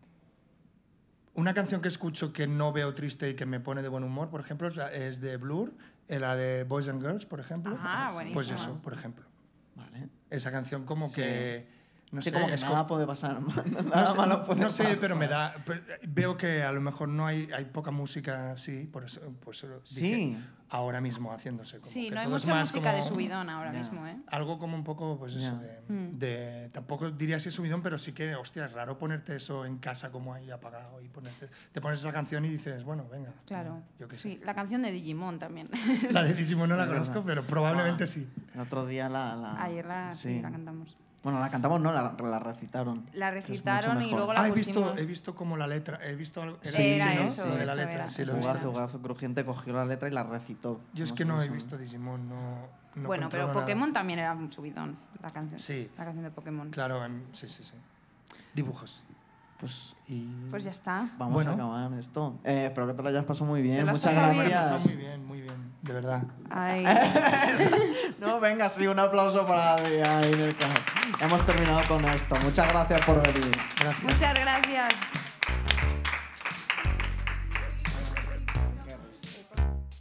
una canción que escucho que no veo triste y que me pone de buen humor, por ejemplo, es la- es de Blur, eh, la de Boys and Girls, por ejemplo.
Ah,
Pues
buenísimo.
eso, por ejemplo.
Vale.
Esa canción como que... No
Sí,
sé,
como que
es
nada
como-
puede pasar.
no
Nada
sé,
malo puede
no sé,
pasar.
pero me da... pero, eh, Veo que a lo mejor no hay, hay poca música así, por eso, por eso dije
Sí.
ahora mismo haciéndose. Como
Sí,
que
no hay
todo es
mucha
más
música de
como-
subidón Mm. ahora
Ya.
mismo, ¿eh?
algo como un poco, pues eso,
Ya.
de, de- Tampoco diría si es subidón, pero sí que, hostia, es raro ponerte eso en casa como ahí apagado y ponerte... Te pones esa canción y dices, bueno, venga.
Claro.
Yo qué
Sí, la canción de Digimon también.
sé. La de Dizimo no la
Es verdad.
conozco, pero probablemente
Ah.
sí.
El otro día la. la-
Ah,
Ayer la,
sí.
la cantamos.
Bueno, la cantamos, no, la, la recitaron.
La
que es mucho
recitaron y
mejor.
luego la-
Ah, he
pusimos.
visto, he visto como la letra, he visto algo...
Sí,
era
era
¿no?
eso,
Lo de la
eso
letra,
era.
sí, lo he
Jugar,
visto.
Jugazo, jugazo crujiente cogió la letra y la recitó.
Yo es que no he visto Digimon, no... no
bueno, pero
controlo nada.
Pokémon también era un subidón, la canción.
Sí.
La canción de Pokémon.
Claro, em, sí, sí, sí. Dibujos.
Pues
Y...
Pues ya está.
vamos
Bueno.
a acabar esto. Eh, espero que te lo hayas pasado muy bien.
lo has
Muchas
pasado bien.
gracias.
Muy bien, muy bien, de verdad.
Ay,
No, venga, sí, un aplauso para Adrián Inerca. Hemos terminado con esto. Muchas gracias por venir.
Gracias.
muchas gracias.